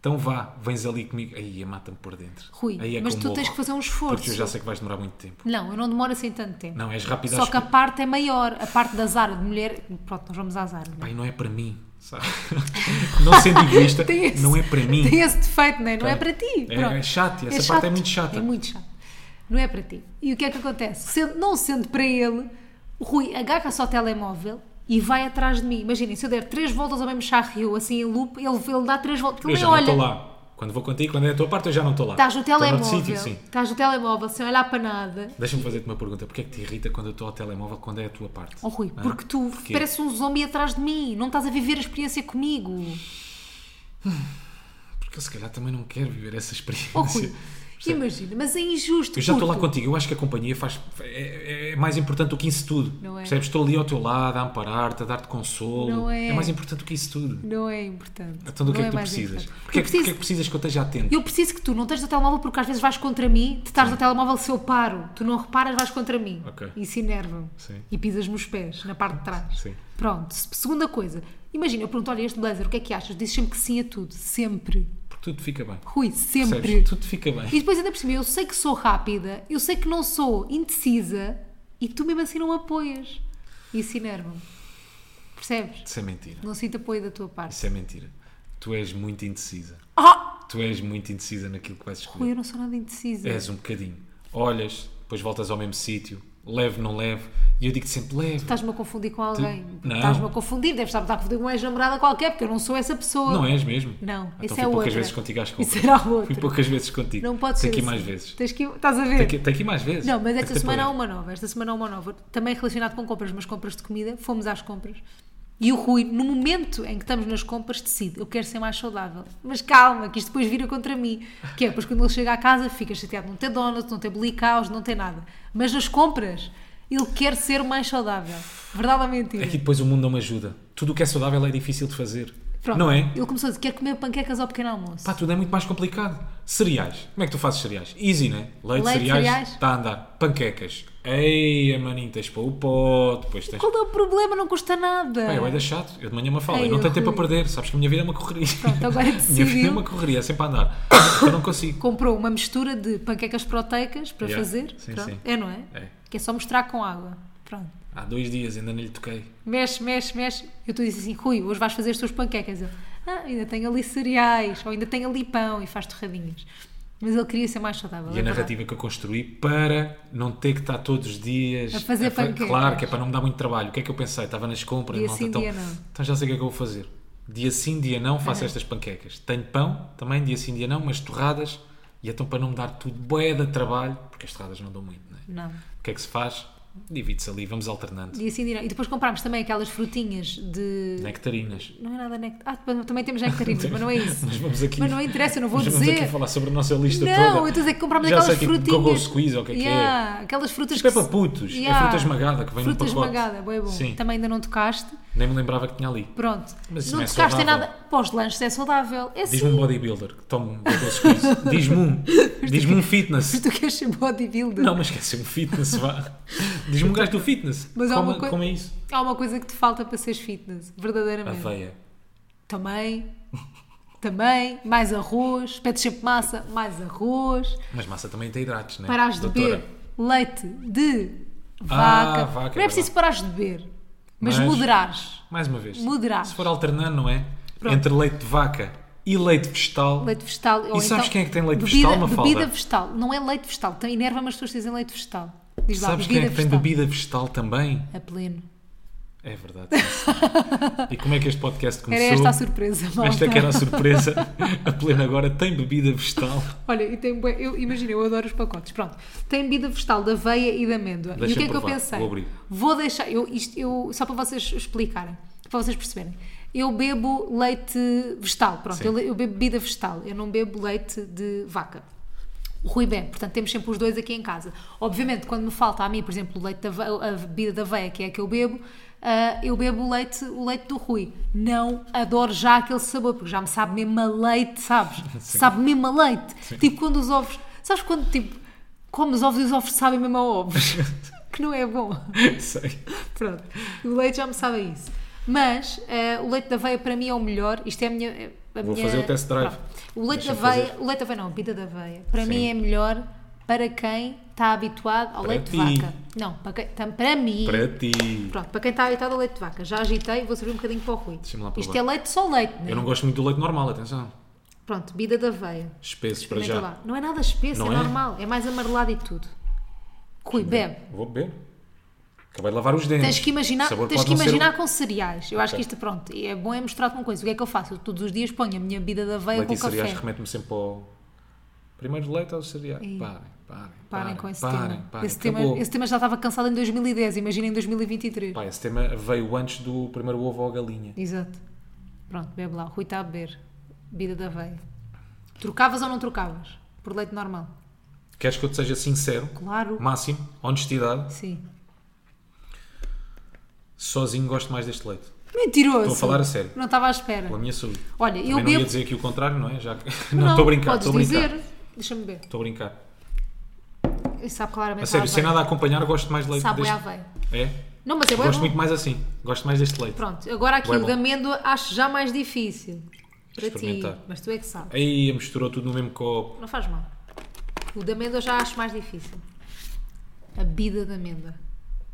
[SPEAKER 2] Então vá, vens ali comigo. Aí mata-me por dentro.
[SPEAKER 1] Rui,
[SPEAKER 2] Aí é
[SPEAKER 1] mas
[SPEAKER 2] que eu
[SPEAKER 1] tu tens
[SPEAKER 2] morro,
[SPEAKER 1] que fazer um
[SPEAKER 2] Porque eu
[SPEAKER 1] esforço.
[SPEAKER 2] já sei que vais demorar muito tempo.
[SPEAKER 1] Não, eu não demoro assim tanto tempo.
[SPEAKER 2] Não, és rápido
[SPEAKER 1] Só
[SPEAKER 2] às
[SPEAKER 1] que a parte é maior, a parte da Zara de mulher, pronto, nós vamos à Zara. não é?
[SPEAKER 2] Pai, não é para mim, sabe? não sendo egoísta,
[SPEAKER 1] Tem esse-
[SPEAKER 2] não é para mim.
[SPEAKER 1] Tem esse defeito, não é? Não é
[SPEAKER 2] Tem.
[SPEAKER 1] para ti.
[SPEAKER 2] É
[SPEAKER 1] Pronto.
[SPEAKER 2] chato, essa parte é muito chata.
[SPEAKER 1] É muito chato. Não é para ti. E o que é que acontece? Sendo- não sendo para ele, o Rui agarra só o telemóvel e vai atrás de mim. Imaginem, se eu der três voltas ao mesmo charrio, assim em loop, ele, ele dá três voltas. Ele
[SPEAKER 2] Eu
[SPEAKER 1] nem
[SPEAKER 2] já não
[SPEAKER 1] olha.
[SPEAKER 2] estou lá. Quando vou contigo, quando é a tua parte, eu já não estou lá.
[SPEAKER 1] Estás no
[SPEAKER 2] Estou noutro
[SPEAKER 1] telemóvel.
[SPEAKER 2] sítio, sim.
[SPEAKER 1] Estás no telemóvel sem olhar para nada.
[SPEAKER 2] Deixa-me fazer-te uma pergunta. Porquê é que te irrita quando eu estou ao telemóvel, quando é a tua parte?
[SPEAKER 1] Oh, Rui,
[SPEAKER 2] Hã?
[SPEAKER 1] porque tu
[SPEAKER 2] Porquê?
[SPEAKER 1] pareces um zombie atrás de mim. Não estás a viver a experiência comigo.
[SPEAKER 2] Porque eu se calhar também não quero viver essa experiência.
[SPEAKER 1] Oh, Rui, imagina, mas é injusto.
[SPEAKER 2] Eu já estou lá
[SPEAKER 1] puto.
[SPEAKER 2] contigo, eu acho que a companhia faz, é, é- é mais importante do que isso tudo.
[SPEAKER 1] Não é?
[SPEAKER 2] Percebes? Estou ali ao teu lado, a amparar-te, a dar-te consolo.
[SPEAKER 1] Não é.
[SPEAKER 2] mais importante do que isso tudo.
[SPEAKER 1] Não é importante.
[SPEAKER 2] Então do que
[SPEAKER 1] Não
[SPEAKER 2] é que tu
[SPEAKER 1] mais
[SPEAKER 2] precisas?
[SPEAKER 1] importante.
[SPEAKER 2] Porquê
[SPEAKER 1] Eu
[SPEAKER 2] é que, porquê é
[SPEAKER 1] preciso,
[SPEAKER 2] que precisas que eu esteja atento?
[SPEAKER 1] eu preciso que tu não estejas no telemóvel porque às vezes vais contra mim, te estás no telemóvel se eu paro, tu não reparas, vais contra mim.
[SPEAKER 2] Ok.
[SPEAKER 1] Isso enerva
[SPEAKER 2] Sim.
[SPEAKER 1] E pisas-me os pés, na parte de trás.
[SPEAKER 2] Sim.
[SPEAKER 1] Pronto. Se- Segunda coisa, imagina, eu pergunto, olha, este blazer, o que é que achas? Dizes sempre que sim a tudo. Sempre.
[SPEAKER 2] Porque tudo fica bem.
[SPEAKER 1] Rui, sempre.
[SPEAKER 2] Percebes? Tudo fica bem.
[SPEAKER 1] E depois ainda por cima, eu sei que sou rápida, eu sei que não sou indecisa e tu mesmo assim não apoias. Isso enerva-me. Percebes?
[SPEAKER 2] Isso é mentira.
[SPEAKER 1] Não sinto apoio da tua parte.
[SPEAKER 2] Isso é mentira. Tu és muito indecisa.
[SPEAKER 1] Ah!
[SPEAKER 2] Tu és muito indecisa naquilo que vais escolher.
[SPEAKER 1] Rui, eu não sou nada indecisa.
[SPEAKER 2] És um bocadinho. Olhas, depois voltas ao mesmo sítio. Leve, não leve. E eu digo-te sempre leve.
[SPEAKER 1] Estás-me a confundir com alguém.
[SPEAKER 2] Não.
[SPEAKER 1] Estás-me a confundir, deves estar a confundir com um ex-namorada qualquer, porque eu não sou essa pessoa.
[SPEAKER 2] Não é. és mesmo?
[SPEAKER 1] Não,
[SPEAKER 2] então
[SPEAKER 1] isso
[SPEAKER 2] fui
[SPEAKER 1] é
[SPEAKER 2] poucas
[SPEAKER 1] outra.
[SPEAKER 2] vezes contigo às compras.
[SPEAKER 1] Isso era outra.
[SPEAKER 2] Fui poucas vezes contigo.
[SPEAKER 1] Não pode ser.
[SPEAKER 2] Tem que ir
[SPEAKER 1] assim.
[SPEAKER 2] mais vezes.
[SPEAKER 1] Tens que ir- Estás a ver?
[SPEAKER 2] Tem que, tem que ir mais vezes.
[SPEAKER 1] Não, mas
[SPEAKER 2] Tem que
[SPEAKER 1] esta
[SPEAKER 2] te
[SPEAKER 1] semana há
[SPEAKER 2] apoiar.
[SPEAKER 1] uma nova. Esta semana há uma nova. Também relacionado com compras, mas compras de comida. Fomos às compras. E o Rui, no momento em que estamos nas compras, decide: eu quero ser mais saudável. Mas calma, que isto depois vira contra mim. Que é, depois quando ele chega à casa, fica chateado de não ter donuts, não ter bolicaus, não ter nada. Mas nas compras, ele quer ser mais saudável. Verdade ou mentira?
[SPEAKER 2] É que depois o mundo não me ajuda. Tudo o que é saudável é difícil de fazer.
[SPEAKER 1] Pronto,
[SPEAKER 2] Não é?
[SPEAKER 1] Ele começou a dizer: quer comer panquecas ao pequeno almoço.
[SPEAKER 2] Pá, tudo é muito mais complicado. Cereais. Como é que tu fazes cereais? Easy, né? Leite,
[SPEAKER 1] Leite, cereais.
[SPEAKER 2] cereais, está a andar. Panquecas. Ei, a maninha, tens para o pó, depois tens...
[SPEAKER 1] Qual é o problema? Não custa nada.
[SPEAKER 2] Pá, eu é da chato. Eu de manhã me falo.
[SPEAKER 1] Ei,
[SPEAKER 2] Eu não tenho tempo a
[SPEAKER 1] Rui.
[SPEAKER 2] perder. Sabes que a minha vida é uma correria.
[SPEAKER 1] Pronto, agora
[SPEAKER 2] minha vida é
[SPEAKER 1] decidiu.
[SPEAKER 2] uma correria, é sempre a andar. Eu não consigo.
[SPEAKER 1] comprou uma mistura de panquecas proteicas para
[SPEAKER 2] Yeah.
[SPEAKER 1] fazer.
[SPEAKER 2] Sim,
[SPEAKER 1] Pronto.
[SPEAKER 2] sim.
[SPEAKER 1] É, não é?
[SPEAKER 2] É.
[SPEAKER 1] Que é só misturar com água. Pronto.
[SPEAKER 2] Há dois dias ainda não lhe toquei.
[SPEAKER 1] Mexe, mexe, mexe. Eu tu disse assim, Rui, hoje vais fazer as tuas panquecas. Ele, ah, ainda tenho ali cereais, ou ainda tenho ali pão, e faz torradinhas. Mas ele queria ser mais saudável.
[SPEAKER 2] E
[SPEAKER 1] é
[SPEAKER 2] a
[SPEAKER 1] verdade.
[SPEAKER 2] narrativa que eu construí para não ter que estar todos os dias
[SPEAKER 1] A fazer
[SPEAKER 2] fa-
[SPEAKER 1] panquecas.
[SPEAKER 2] Claro, que é para não me dar muito trabalho. O que é que eu pensei? Estava nas compras,
[SPEAKER 1] Dia
[SPEAKER 2] malta,
[SPEAKER 1] sim,
[SPEAKER 2] então,
[SPEAKER 1] dia não. É.
[SPEAKER 2] então já sei o que é que eu vou fazer. Dia sim, dia não, faço estas panquecas. Tenho pão também, dia sim, dia não, mas torradas. E então para não me dar tudo bué de trabalho, porque as torradas não dão muito, não é?
[SPEAKER 1] Não.
[SPEAKER 2] O que é que se faz? Divide-se ali, vamos alternando.
[SPEAKER 1] E assim dirá. E depois comprámos também aquelas frutinhas de.
[SPEAKER 2] Né? Nectarinas.
[SPEAKER 1] Não é nada nectar. Ah, depois também temos nectarinas, mas não é isso.
[SPEAKER 2] Mas vamos aqui.
[SPEAKER 1] Mas não interessa, eu não vou
[SPEAKER 2] mas
[SPEAKER 1] dizer.
[SPEAKER 2] Vamos aqui falar sobre a nossa lista
[SPEAKER 1] não,
[SPEAKER 2] toda.
[SPEAKER 1] eu estou a dizer que comprámos
[SPEAKER 2] Já sei
[SPEAKER 1] aquelas
[SPEAKER 2] que
[SPEAKER 1] frutinhas.
[SPEAKER 2] Google Squeeze, ou o que é que é.
[SPEAKER 1] Yeah, Aquelas frutas
[SPEAKER 2] Isto é
[SPEAKER 1] que se-
[SPEAKER 2] para putos,
[SPEAKER 1] Yeah.
[SPEAKER 2] é fruta esmagada que vem
[SPEAKER 1] Fruta
[SPEAKER 2] num pacote.
[SPEAKER 1] esmagada, bem bom.
[SPEAKER 2] Sim,
[SPEAKER 1] Também ainda não tocaste.
[SPEAKER 2] nem me lembrava que tinha ali.
[SPEAKER 1] Pronto.
[SPEAKER 2] Mas isso
[SPEAKER 1] não
[SPEAKER 2] não é
[SPEAKER 1] tocaste em
[SPEAKER 2] saudável.
[SPEAKER 1] nada. Pós-lanches é saudável. É
[SPEAKER 2] Diz-me um
[SPEAKER 1] sim.
[SPEAKER 2] bodybuilder que tome um Google Squeeze. Diz-me um. Diz-me um fitness.
[SPEAKER 1] Tu queres ser bodybuilder?
[SPEAKER 2] Não, mas quer ser um fitness, vá. Diz-me um gajo do fitness.
[SPEAKER 1] Mas há
[SPEAKER 2] como,
[SPEAKER 1] uma coi- É.
[SPEAKER 2] como é isso?
[SPEAKER 1] Há uma coisa que te falta para seres fitness, verdadeiramente.
[SPEAKER 2] Aveia.
[SPEAKER 1] Também. Também. Mais arroz. Pedes sempre massa. Mais arroz.
[SPEAKER 2] Mas massa também tem hidratos, né?
[SPEAKER 1] Parares de
[SPEAKER 2] doutora?
[SPEAKER 1] beber leite de vaca.
[SPEAKER 2] Ah, vaca, é
[SPEAKER 1] não é
[SPEAKER 2] verdade.
[SPEAKER 1] preciso parares de beber, mas,
[SPEAKER 2] Mas-
[SPEAKER 1] moderares.
[SPEAKER 2] Mais uma vez.
[SPEAKER 1] Moderar.
[SPEAKER 2] Se for alternando, não é?
[SPEAKER 1] Pronto.
[SPEAKER 2] Entre leite de vaca e leite vegetal.
[SPEAKER 1] Leite vegetal. então
[SPEAKER 2] E sabes quem é que tem leite
[SPEAKER 1] bebida,
[SPEAKER 2] vegetal, Mafalda?
[SPEAKER 1] Bebida vegetal. Não é leite vegetal. Tem enerva, mas as pessoas dizem leite vegetal. Diz lá,
[SPEAKER 2] Sabes quem
[SPEAKER 1] bebida
[SPEAKER 2] é que tem
[SPEAKER 1] vegetal.
[SPEAKER 2] bebida vegetal também?
[SPEAKER 1] A pleno.
[SPEAKER 2] É verdade. sim, senhor. e como é que este podcast
[SPEAKER 1] Era
[SPEAKER 2] começou?
[SPEAKER 1] esta a surpresa, malta.
[SPEAKER 2] Esta é que era a surpresa. A plena agora tem bebida vegetal.
[SPEAKER 1] Olha, e tem bué- eu imagina, eu adoro os pacotes. Pronto, tem bebida vegetal da aveia e da amêndoa. e o que é
[SPEAKER 2] Deixa-me
[SPEAKER 1] que eu
[SPEAKER 2] provar,
[SPEAKER 1] pensei?
[SPEAKER 2] vou abrir.
[SPEAKER 1] Vou deixar, eu, isto, eu, só para vocês explicarem, para vocês perceberem. Eu bebo leite vegetal, pronto,
[SPEAKER 2] Sim.
[SPEAKER 1] eu, eu bebo bebida vegetal, eu não bebo leite de vaca. O Rui bebe, portanto temos sempre os dois aqui em casa. Obviamente, quando me falta a mim, por exemplo, o leite da ave- a bebida da aveia, que é a que eu bebo, ah, eu bebo o leite, o leite do Rui. Não adoro já aquele sabor, porque já me sabe mesmo a leite, sabes? Sabe mesmo a leite. Tipo quando os ovos. Sabes quando tipo comes ovos e os ovos sabem mesmo a ovos? que não é bom.
[SPEAKER 2] Sei.
[SPEAKER 1] Pronto, o leite já me sabe a isso. Mas eh, o leite da aveia para mim é o melhor. Isto é a minha. é a
[SPEAKER 2] Vou
[SPEAKER 1] minha-
[SPEAKER 2] fazer o test drive.
[SPEAKER 1] Pronto. O leite da
[SPEAKER 2] Deixa-me
[SPEAKER 1] aveia,
[SPEAKER 2] fazer.
[SPEAKER 1] o leite da aveia não, a bebida da aveia, para
[SPEAKER 2] Sim.
[SPEAKER 1] mim é melhor para quem está habituado ao
[SPEAKER 2] Para
[SPEAKER 1] leite
[SPEAKER 2] ti.
[SPEAKER 1] de vaca. Não, para, quem, tam- para mim.
[SPEAKER 2] Para ti.
[SPEAKER 1] Pronto, para quem está habituado ao leite de vaca. Já agitei, vou servir um bocadinho para o Rui.
[SPEAKER 2] Deixa-me lá
[SPEAKER 1] Isto é
[SPEAKER 2] provar.
[SPEAKER 1] leite, só leite, né?
[SPEAKER 2] Eu não gosto muito do leite normal, atenção.
[SPEAKER 1] Pronto, bebida da aveia.
[SPEAKER 2] Espessos para
[SPEAKER 1] Experimenta
[SPEAKER 2] já.
[SPEAKER 1] lá. Não é nada espesso,
[SPEAKER 2] Não
[SPEAKER 1] é,
[SPEAKER 2] é?
[SPEAKER 1] normal. É mais amarelado e tudo. Rui, bebe.
[SPEAKER 2] Vou beber. Acabei de lavar os dentes.
[SPEAKER 1] Tens que imaginar,
[SPEAKER 2] O sabor
[SPEAKER 1] tens
[SPEAKER 2] pode
[SPEAKER 1] que
[SPEAKER 2] não ser o-
[SPEAKER 1] imaginar com cereais. Eu acho
[SPEAKER 2] Ok.
[SPEAKER 1] que isto, pronto, é bom é mostrar-te uma coisa. O que é que eu faço? Eu todos os dias ponho a minha bebida de aveia
[SPEAKER 2] Leite
[SPEAKER 1] com
[SPEAKER 2] e cereais
[SPEAKER 1] café.
[SPEAKER 2] remete-me sempre ao. Primeiro leite aos cereais.
[SPEAKER 1] Ih.
[SPEAKER 2] Parem, parem.
[SPEAKER 1] Parem com esse
[SPEAKER 2] parem,
[SPEAKER 1] tema.
[SPEAKER 2] Parem,
[SPEAKER 1] esse, tema
[SPEAKER 2] Acabou.
[SPEAKER 1] esse tema já estava cansado em 2010, imagina em 2023.
[SPEAKER 2] Pá, esse tema veio antes do primeiro ovo ou galinha.
[SPEAKER 1] Exato. Pronto, bebe lá. O Rui está a beber. Bebida de aveia. Trocavas ou não trocavas? Por leite normal?
[SPEAKER 2] Queres que eu te seja sincero?
[SPEAKER 1] Claro.
[SPEAKER 2] Máximo, honestidade.
[SPEAKER 1] Sim.
[SPEAKER 2] Sozinho gosto mais deste leite.
[SPEAKER 1] Mentiroso.
[SPEAKER 2] Estou a falar a sério.
[SPEAKER 1] Não estava à espera.
[SPEAKER 2] Pela minha saúde.
[SPEAKER 1] Olha,
[SPEAKER 2] Também
[SPEAKER 1] eu
[SPEAKER 2] não
[SPEAKER 1] bebo-
[SPEAKER 2] ia dizer aqui o contrário, não é? Já... que- Não, estou a brincar,
[SPEAKER 1] Podes
[SPEAKER 2] estou a brincar.
[SPEAKER 1] dizer. Deixa-me ver.
[SPEAKER 2] Estou a brincar.
[SPEAKER 1] Isso sabe claramente
[SPEAKER 2] A sério,
[SPEAKER 1] à
[SPEAKER 2] sem
[SPEAKER 1] aveia.
[SPEAKER 2] nada a acompanhar, gosto mais de leite
[SPEAKER 1] Sabe bem
[SPEAKER 2] deste.
[SPEAKER 1] à aveia.
[SPEAKER 2] É?
[SPEAKER 1] Não, mas é bom. é
[SPEAKER 2] gosto
[SPEAKER 1] bom.
[SPEAKER 2] muito mais assim. Gosto mais deste leite.
[SPEAKER 1] Pronto, agora aqui
[SPEAKER 2] Bué
[SPEAKER 1] o
[SPEAKER 2] bom.
[SPEAKER 1] de amêndoa acho já mais difícil. Para ti.
[SPEAKER 2] Experimentar.
[SPEAKER 1] Mas tu é que sabes.
[SPEAKER 2] Aí misturou tudo no mesmo copo.
[SPEAKER 1] Não faz mal. O de amêndoa já acho mais difícil. A bebida de amêndoa.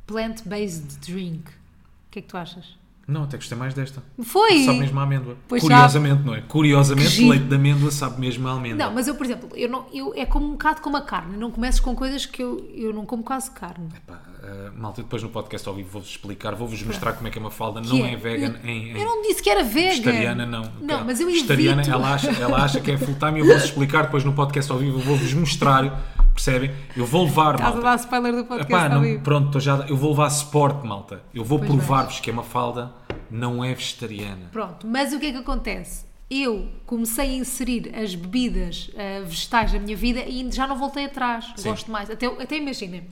[SPEAKER 1] Plant-based drink. O que é que tu achas?
[SPEAKER 2] Não, até gostei mais desta.
[SPEAKER 1] Foi!
[SPEAKER 2] Sabe mesmo a amêndoa.
[SPEAKER 1] Pois
[SPEAKER 2] Curiosamente, não é?
[SPEAKER 1] Que
[SPEAKER 2] Curiosamente,
[SPEAKER 1] giro.
[SPEAKER 2] leite de amêndoa sabe mesmo a amêndoa.
[SPEAKER 1] Não, mas eu, por exemplo, eu não, eu, é como um bocado como a carne. Não começas com coisas que eu, eu não como quase carne.
[SPEAKER 2] Pá, ah, malta, depois no podcast ao vivo vou-vos explicar, vou-vos mostrar como é que é uma falda
[SPEAKER 1] Que
[SPEAKER 2] não é, vegan
[SPEAKER 1] eu,
[SPEAKER 2] em, em
[SPEAKER 1] Eu não disse que era vegan.
[SPEAKER 2] vegetariana, não.
[SPEAKER 1] Não, mas eu evito.
[SPEAKER 2] Vegetariana, ela acha, ela acha que é full time e eu vou-vos explicar depois no podcast ao vivo, eu vou-vos mostrar, percebem? Eu vou levar,
[SPEAKER 1] Estás Tá a dar
[SPEAKER 2] malta.
[SPEAKER 1] spoiler do podcast
[SPEAKER 2] Epá,
[SPEAKER 1] ao
[SPEAKER 2] não-
[SPEAKER 1] vivo.
[SPEAKER 2] pronto, tô já, eu vou levar suporte, malta. Eu vou
[SPEAKER 1] Pois
[SPEAKER 2] provar-vos que é uma falda não é vegetariana.
[SPEAKER 1] Pronto, mas o que é que acontece? Eu comecei a inserir as bebidas ah, vegetais na minha vida e ainda já não voltei atrás.
[SPEAKER 2] Sim.
[SPEAKER 1] Gosto mais. Até, até imaginem,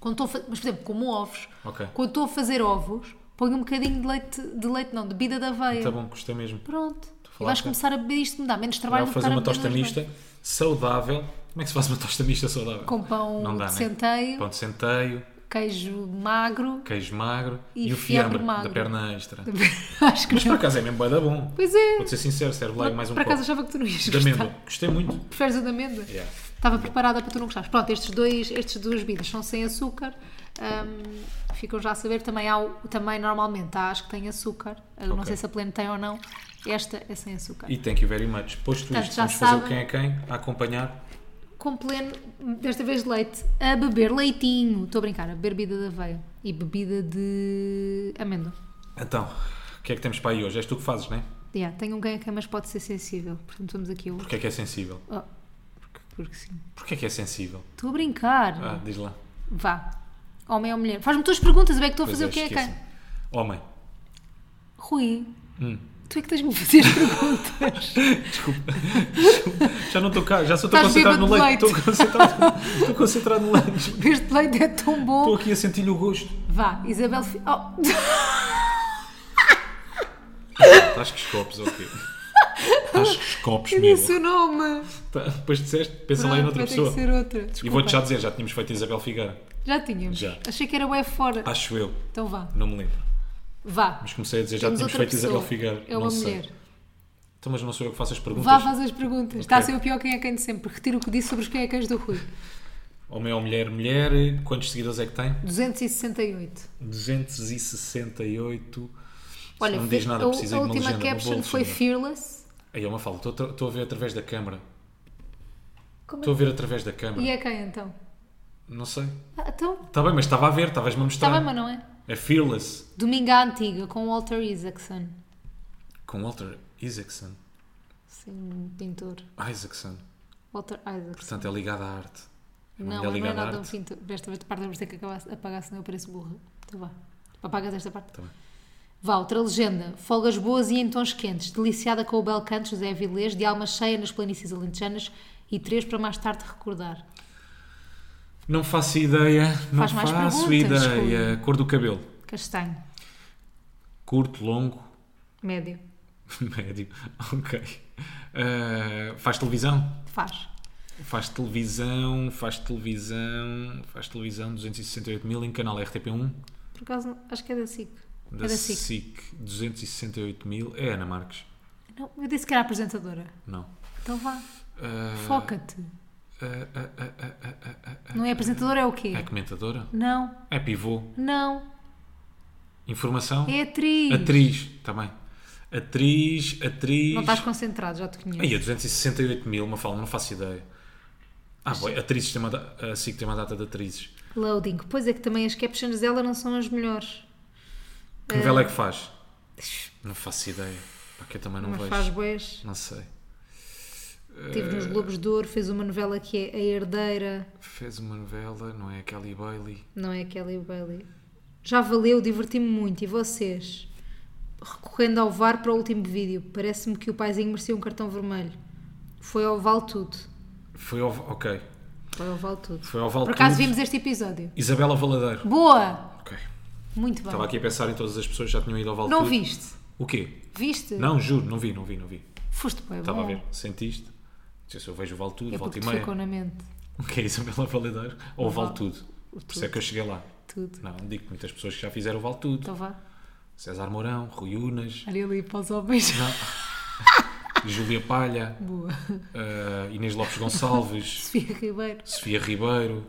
[SPEAKER 1] quando estou a fa- mas por exemplo, como ovos,
[SPEAKER 2] Ok.
[SPEAKER 1] quando estou a fazer ovos, ponho um bocadinho de leite, de leite não, de bebida da aveia.
[SPEAKER 2] Tá bom, gostei mesmo.
[SPEAKER 1] Pronto.
[SPEAKER 2] a
[SPEAKER 1] E
[SPEAKER 2] falar
[SPEAKER 1] vais
[SPEAKER 2] até.
[SPEAKER 1] começar a beber isto, me dá menos trabalho
[SPEAKER 2] Não,
[SPEAKER 1] do que
[SPEAKER 2] fazer
[SPEAKER 1] estar a
[SPEAKER 2] uma
[SPEAKER 1] beber
[SPEAKER 2] tosta
[SPEAKER 1] nas mãos.
[SPEAKER 2] mista saudável. Como é que se faz uma tosta mista saudável?
[SPEAKER 1] Com pão
[SPEAKER 2] Não dá,
[SPEAKER 1] de
[SPEAKER 2] né?
[SPEAKER 1] centeio,
[SPEAKER 2] Pão de centeio,
[SPEAKER 1] queijo magro.
[SPEAKER 2] queijo magro
[SPEAKER 1] E
[SPEAKER 2] e, o
[SPEAKER 1] fiambre
[SPEAKER 2] fiambre
[SPEAKER 1] magro.
[SPEAKER 2] da perna extra.
[SPEAKER 1] Acho que
[SPEAKER 2] Mas por
[SPEAKER 1] não.
[SPEAKER 2] acaso é mesmo bué da bom.
[SPEAKER 1] Pois é.
[SPEAKER 2] Vou-te ser sincero, serve lá aí mais um
[SPEAKER 1] por
[SPEAKER 2] pouco.
[SPEAKER 1] acaso achava que tu não ias
[SPEAKER 2] De amêndoa.
[SPEAKER 1] gostar.
[SPEAKER 2] Gostei muito.
[SPEAKER 1] Preferes o da amêndoa?
[SPEAKER 2] Yeah.
[SPEAKER 1] Estava preparada para tu não gostares. Pronto, estes dois, estes duas bebidas são sem açúcar. Hum, ficam já a saber. Também há, o- também normalmente há as que têm açúcar. Eu Não
[SPEAKER 2] Ok.
[SPEAKER 1] sei se a pleno tem ou não. Esta é sem açúcar.
[SPEAKER 2] E thank you very much. Posto
[SPEAKER 1] Portanto,
[SPEAKER 2] isto,
[SPEAKER 1] já
[SPEAKER 2] vamos fazer o
[SPEAKER 1] sabem.
[SPEAKER 2] quem é quem, a acompanhar.
[SPEAKER 1] Com pleno, desta vez de leite, a beber leitinho. Estou a brincar, a beber bebida de aveia e bebida de amêndoa.
[SPEAKER 2] Então, o que é que temos para aí hoje? És tu que fazes, não é?
[SPEAKER 1] Yeah, tem um ganho que mas pode ser sensível. Portanto, vamos aqui. hoje.
[SPEAKER 2] Porquê é que é sensível?
[SPEAKER 1] Oh, porque, porque sim.
[SPEAKER 2] Porquê é que é sensível?
[SPEAKER 1] Estou a brincar.
[SPEAKER 2] Ah, diz lá.
[SPEAKER 1] Vá. Homem ou mulher? Faz-me tuas perguntas, eu é que estou a
[SPEAKER 2] Pois
[SPEAKER 1] fazer
[SPEAKER 2] é,
[SPEAKER 1] o que é quem.
[SPEAKER 2] esqueci-me. Homem.
[SPEAKER 1] Rui,
[SPEAKER 2] Hum.
[SPEAKER 1] tu é que tens-me a fazer perguntas.
[SPEAKER 2] Desculpa. Já não estou cá, já só estou
[SPEAKER 1] Estás
[SPEAKER 2] concentrado no
[SPEAKER 1] bêbado de
[SPEAKER 2] leite. Estou concentrado, estou concentrado no leite.
[SPEAKER 1] este leite é tão
[SPEAKER 2] Estou
[SPEAKER 1] bom.
[SPEAKER 2] aqui a sentir-lhe o gosto.
[SPEAKER 1] Vá, Isabel. Fi- Oh,
[SPEAKER 2] Estás que escopes, ok. Estás que escopes
[SPEAKER 1] eu disse
[SPEAKER 2] mesmo.
[SPEAKER 1] o nome.
[SPEAKER 2] Tá, Depois disseste, pensa lá em
[SPEAKER 1] Pronto,
[SPEAKER 2] outra
[SPEAKER 1] vai ter que
[SPEAKER 2] pessoa.
[SPEAKER 1] ser outra.
[SPEAKER 2] E
[SPEAKER 1] Desculpa.
[SPEAKER 2] vou-te já dizer, já tínhamos feito Isabel Figueira.
[SPEAKER 1] Já tínhamos.
[SPEAKER 2] Já.
[SPEAKER 1] Achei que era o fora.
[SPEAKER 2] Acho eu,
[SPEAKER 1] Então vá.
[SPEAKER 2] não me lembro.
[SPEAKER 1] Vá.
[SPEAKER 2] Mas comecei a dizer, já
[SPEAKER 1] Temos
[SPEAKER 2] tínhamos
[SPEAKER 1] outra
[SPEAKER 2] feito
[SPEAKER 1] pessoa.
[SPEAKER 2] Isabel Figueira.
[SPEAKER 1] É
[SPEAKER 2] não
[SPEAKER 1] uma
[SPEAKER 2] sei.
[SPEAKER 1] mulher.
[SPEAKER 2] Então, mas não sou eu que faço as perguntas.
[SPEAKER 1] Vá fazer as perguntas. Está a ser o pior quem é quem de sempre. Retiro o que disse sobre os quem é quem do Rui.
[SPEAKER 2] Homem ou mulher, mulher, quantos seguidores é que tem?
[SPEAKER 1] 268.
[SPEAKER 2] 268.
[SPEAKER 1] Olha,
[SPEAKER 2] não me diz
[SPEAKER 1] fe-
[SPEAKER 2] nada,
[SPEAKER 1] a,
[SPEAKER 2] precisa
[SPEAKER 1] a
[SPEAKER 2] de uma
[SPEAKER 1] última
[SPEAKER 2] legenda.
[SPEAKER 1] caption
[SPEAKER 2] uma boa
[SPEAKER 1] foi
[SPEAKER 2] legenda.
[SPEAKER 1] Fearless.
[SPEAKER 2] Aí é uma fala, estou- estou a ver através da câmara.
[SPEAKER 1] Como é-
[SPEAKER 2] Estou a ver através da câmara.
[SPEAKER 1] E é quem então?
[SPEAKER 2] Não sei.
[SPEAKER 1] Ah, então,
[SPEAKER 2] Está bem, mas estava a ver, estavas-me a
[SPEAKER 1] está
[SPEAKER 2] mostrar.
[SPEAKER 1] bem, mas não é?
[SPEAKER 2] É Fearless,
[SPEAKER 1] Domingo à Antiga, com Walter Isaacson.
[SPEAKER 2] com Walter Isaacson.
[SPEAKER 1] Sim, um pintor.
[SPEAKER 2] Isaacson.
[SPEAKER 1] Walter Isaacson.
[SPEAKER 2] Portanto, é ligado à arte. É uma
[SPEAKER 1] não,
[SPEAKER 2] mulher
[SPEAKER 1] mas não é
[SPEAKER 2] ligada à
[SPEAKER 1] nada um
[SPEAKER 2] arte.
[SPEAKER 1] pintor. Desta vez, parte vamos ter que acabar, apagar, senão eu pareço burra. Então vá. Apagas esta parte.
[SPEAKER 2] Tá bem.
[SPEAKER 1] Vá, outra legenda. Folgas boas e em tons quentes. Deliciada com o bel canto José Vilês, de alma cheia nas planícies alentejanas e três para mais tarde recordar.
[SPEAKER 2] Não faço ideia. Não
[SPEAKER 1] Faz mais
[SPEAKER 2] faço
[SPEAKER 1] perguntas,
[SPEAKER 2] ideia. Cor do cabelo.
[SPEAKER 1] Castanho.
[SPEAKER 2] Curto, longo,
[SPEAKER 1] Médio.
[SPEAKER 2] médio. Ok. Ah, faz televisão?
[SPEAKER 1] Faz.
[SPEAKER 2] Faz televisão, faz televisão, faz televisão, 268 mil em canal RTP1.
[SPEAKER 1] Por acaso, não- acho que é da SIC.
[SPEAKER 2] Da
[SPEAKER 1] é da SIC.
[SPEAKER 2] 268 mil. É Ana Marques?
[SPEAKER 1] Não, eu disse que era apresentadora.
[SPEAKER 2] Não.
[SPEAKER 1] Então vá.
[SPEAKER 2] Ah,
[SPEAKER 1] Foca-te.
[SPEAKER 2] ah, ah, ah, ah, ah, ah, ah, ah.
[SPEAKER 1] Não é apresentadora, é o quê?
[SPEAKER 2] É comentadora?
[SPEAKER 1] Não.
[SPEAKER 2] É pivô?
[SPEAKER 1] Não.
[SPEAKER 2] Informação?
[SPEAKER 1] É atriz.
[SPEAKER 2] Atriz, também. Atriz, atriz.
[SPEAKER 1] Não estás concentrado, já te conheço.
[SPEAKER 2] Aí, a 268 mil, uma fala, não faço ideia. Ah, boi, atrizes tem uma, da- a SIC tem uma data de atrizes.
[SPEAKER 1] Loading. Pois é que também as captions dela não são as melhores. Eh,
[SPEAKER 2] Que novela é que faz? Não faço ideia. Porque eu também não
[SPEAKER 1] Mas
[SPEAKER 2] vejo. Eh,
[SPEAKER 1] faz boés.
[SPEAKER 2] Não sei.
[SPEAKER 1] Teve nos Globos de Ouro, fez uma novela que é A Herdeira,
[SPEAKER 2] Fez uma novela, não é? a Kelly Bailey.
[SPEAKER 1] não é a Kelly Bailey. Já valeu, diverti-me muito. E vocês? Recorrendo ao VAR para o último vídeo, parece-me que o paizinho merecia um cartão vermelho. Foi ao Vale Tudo.
[SPEAKER 2] Foi ao. Ok.
[SPEAKER 1] Foi ao Vale Tudo.
[SPEAKER 2] Foi ao Vale
[SPEAKER 1] Por acaso
[SPEAKER 2] Tudo.
[SPEAKER 1] vimos este episódio.
[SPEAKER 2] Isabela Valadeiro.
[SPEAKER 1] Boa!
[SPEAKER 2] Ok.
[SPEAKER 1] Muito bem.
[SPEAKER 2] Estava aqui a pensar em todas as pessoas que já tinham ido ao Vale
[SPEAKER 1] Não
[SPEAKER 2] Tudo.
[SPEAKER 1] viste?
[SPEAKER 2] O quê?
[SPEAKER 1] Viste?
[SPEAKER 2] Não, juro, não vi, não vi, não vi.
[SPEAKER 1] Foste bem
[SPEAKER 2] Estava
[SPEAKER 1] bom.
[SPEAKER 2] a ver. Sentiste? Não sei se eu vejo o Vale Tudo,
[SPEAKER 1] É
[SPEAKER 2] Volta
[SPEAKER 1] porque
[SPEAKER 2] e
[SPEAKER 1] te
[SPEAKER 2] Meia.
[SPEAKER 1] ficou na mente
[SPEAKER 2] O que é Isabela Valadeiro? Ou o Vale
[SPEAKER 1] Vale-
[SPEAKER 2] Tudo. Por isso é
[SPEAKER 1] Tudo.
[SPEAKER 2] que eu cheguei lá.
[SPEAKER 1] tudo.
[SPEAKER 2] Não, digo muitas pessoas que já fizeram o Vale Tudo.
[SPEAKER 1] Então vá.
[SPEAKER 2] César Mourão, Rui Unas,
[SPEAKER 1] Olha ali para os homens.
[SPEAKER 2] Júlia Palha,
[SPEAKER 1] Boa.
[SPEAKER 2] eh, Inês Lopes Gonçalves,
[SPEAKER 1] Sofia Ribeiro.
[SPEAKER 2] Sofia Ribeiro,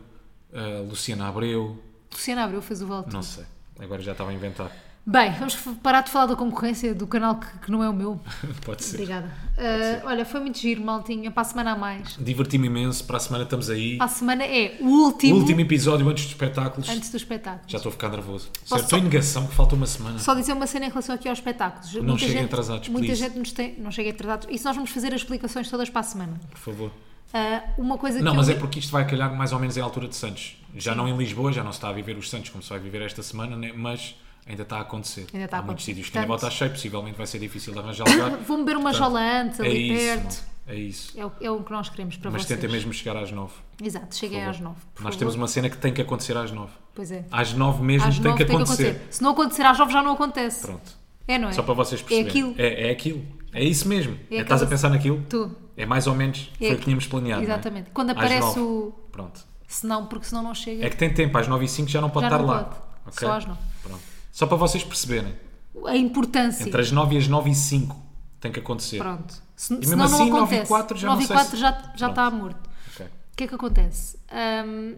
[SPEAKER 2] eh, Luciana Abreu,
[SPEAKER 1] Luciana Abreu fez o Vale
[SPEAKER 2] não sei. Agora já estava a inventar.
[SPEAKER 1] Bem, vamos f- parar de falar da concorrência do canal que, que não é o meu.
[SPEAKER 2] Pode ser.
[SPEAKER 1] Obrigada. Ah, olha, foi muito giro, maltinha. Para a semana a mais.
[SPEAKER 2] Diverti-me imenso. Para a semana estamos aí.
[SPEAKER 1] Para a semana é o último,
[SPEAKER 2] Último episódio antes dos espetáculos.
[SPEAKER 1] antes do espetáculo.
[SPEAKER 2] Já estou a ficar nervoso.
[SPEAKER 1] só-
[SPEAKER 2] Sério, Estou em negação que falta uma semana.
[SPEAKER 1] Só dizer uma cena em relação aqui aos espetáculos. Não
[SPEAKER 2] cheguem atrasados,
[SPEAKER 1] Muita
[SPEAKER 2] please.
[SPEAKER 1] gente nos tem. Não cheguem atrasados. Isso nós vamos fazer as explicações todas para a semana.
[SPEAKER 2] Por favor.
[SPEAKER 1] Ah, uma coisa
[SPEAKER 2] Não,
[SPEAKER 1] que
[SPEAKER 2] mas
[SPEAKER 1] eu
[SPEAKER 2] é porque isto vai calhar mais ou menos à altura de Santos. Já não em Lisboa, já não se está a viver os Santos como se vai viver esta semana, né? mas ainda está a acontecer.
[SPEAKER 1] Ainda está a
[SPEAKER 2] Há muitos
[SPEAKER 1] acontecer.
[SPEAKER 2] sítios que ainda vão
[SPEAKER 1] Portanto-
[SPEAKER 2] estar cheio, possivelmente vai ser difícil de arranjar lugar.
[SPEAKER 1] Vou beber uma
[SPEAKER 2] Portanto,
[SPEAKER 1] jola antes,
[SPEAKER 2] é
[SPEAKER 1] ali
[SPEAKER 2] isso,
[SPEAKER 1] perto.
[SPEAKER 2] malta, É isso.
[SPEAKER 1] É o, é o que nós queremos para
[SPEAKER 2] Mas
[SPEAKER 1] vocês.
[SPEAKER 2] tentem mesmo chegar às nove.
[SPEAKER 1] Exato, cheguem às nove. por
[SPEAKER 2] Nós
[SPEAKER 1] favor.
[SPEAKER 2] temos uma cena que tem que acontecer às nove.
[SPEAKER 1] Pois é.
[SPEAKER 2] Às nove mesmo
[SPEAKER 1] Às
[SPEAKER 2] tem,
[SPEAKER 1] nove
[SPEAKER 2] que acontecer.
[SPEAKER 1] Se não acontecer às nove já não acontece.
[SPEAKER 2] Pronto.
[SPEAKER 1] É, não é?
[SPEAKER 2] Só para vocês perceberem.
[SPEAKER 1] É aquilo.
[SPEAKER 2] É, é aquilo. É isso mesmo.
[SPEAKER 1] É
[SPEAKER 2] É, estás a
[SPEAKER 1] aquela-
[SPEAKER 2] pensar naquilo?
[SPEAKER 1] Tu.
[SPEAKER 2] É mais ou menos
[SPEAKER 1] É
[SPEAKER 2] foi o
[SPEAKER 1] aquilo.
[SPEAKER 2] que tínhamos planeado. não é?
[SPEAKER 1] Exatamente. Quando
[SPEAKER 2] Às
[SPEAKER 1] aparece
[SPEAKER 2] nove.
[SPEAKER 1] o.
[SPEAKER 2] Pronto.
[SPEAKER 1] Se não, porque senão não chega.
[SPEAKER 2] É que tem tempo, às 9 e 5 já não pode
[SPEAKER 1] Já
[SPEAKER 2] estar
[SPEAKER 1] não
[SPEAKER 2] lá.
[SPEAKER 1] pode.
[SPEAKER 2] Ok?
[SPEAKER 1] Só às nove.
[SPEAKER 2] Pronto. Só para vocês perceberem,
[SPEAKER 1] A importância.
[SPEAKER 2] entre as 9 e as 9 e 5 tem que acontecer.
[SPEAKER 1] Pronto. Se,
[SPEAKER 2] mesmo
[SPEAKER 1] senão
[SPEAKER 2] assim,
[SPEAKER 1] não
[SPEAKER 2] nove e
[SPEAKER 1] acontece.
[SPEAKER 2] quatro já não
[SPEAKER 1] 9 e
[SPEAKER 2] sei
[SPEAKER 1] 4
[SPEAKER 2] se-
[SPEAKER 1] já, já está
[SPEAKER 2] Pronto.
[SPEAKER 1] morto.
[SPEAKER 2] Ok.
[SPEAKER 1] O que é que acontece? Ahm,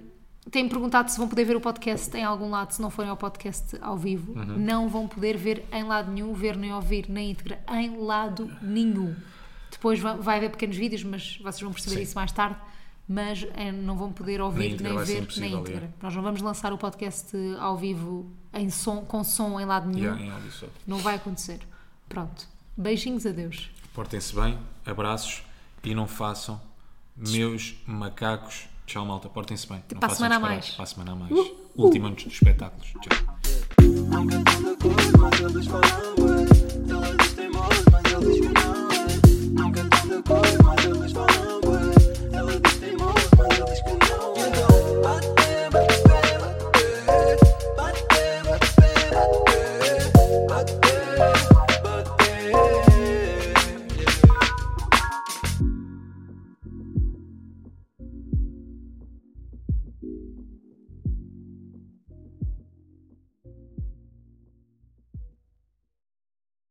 [SPEAKER 1] têm perguntado se vão poder ver o podcast em algum lado, se não forem ao podcast ao vivo.
[SPEAKER 2] Uhum.
[SPEAKER 1] Não vão poder ver em lado nenhum, ver nem ouvir, nem íntegra, em lado nenhum. Depois va- vai haver pequenos vídeos, mas vocês vão perceber
[SPEAKER 2] Sim.
[SPEAKER 1] isso mais tarde. Mas eh, não vão poder
[SPEAKER 2] Na
[SPEAKER 1] ouvir,
[SPEAKER 2] íntegra
[SPEAKER 1] nem
[SPEAKER 2] vai ser
[SPEAKER 1] ver, nem
[SPEAKER 2] impossível,
[SPEAKER 1] íntegra.
[SPEAKER 2] é.
[SPEAKER 1] Nós não vamos lançar o podcast eh, ao vivo em som, com som em lado nenhum.
[SPEAKER 2] Yeah, em áudio só.
[SPEAKER 1] Não vai acontecer. Pronto. Beijinhos, adeus.
[SPEAKER 2] Portem-se bem, abraços e não façam meus macacos. Tchau, malta. Portem-se bem. Não
[SPEAKER 1] para a
[SPEAKER 2] façam
[SPEAKER 1] semana a
[SPEAKER 2] disparates.
[SPEAKER 1] mais.
[SPEAKER 2] Para a semana a mais. Último antes dos espetáculos. Tchau.
[SPEAKER 3] I'm good on the cool, my girl is fine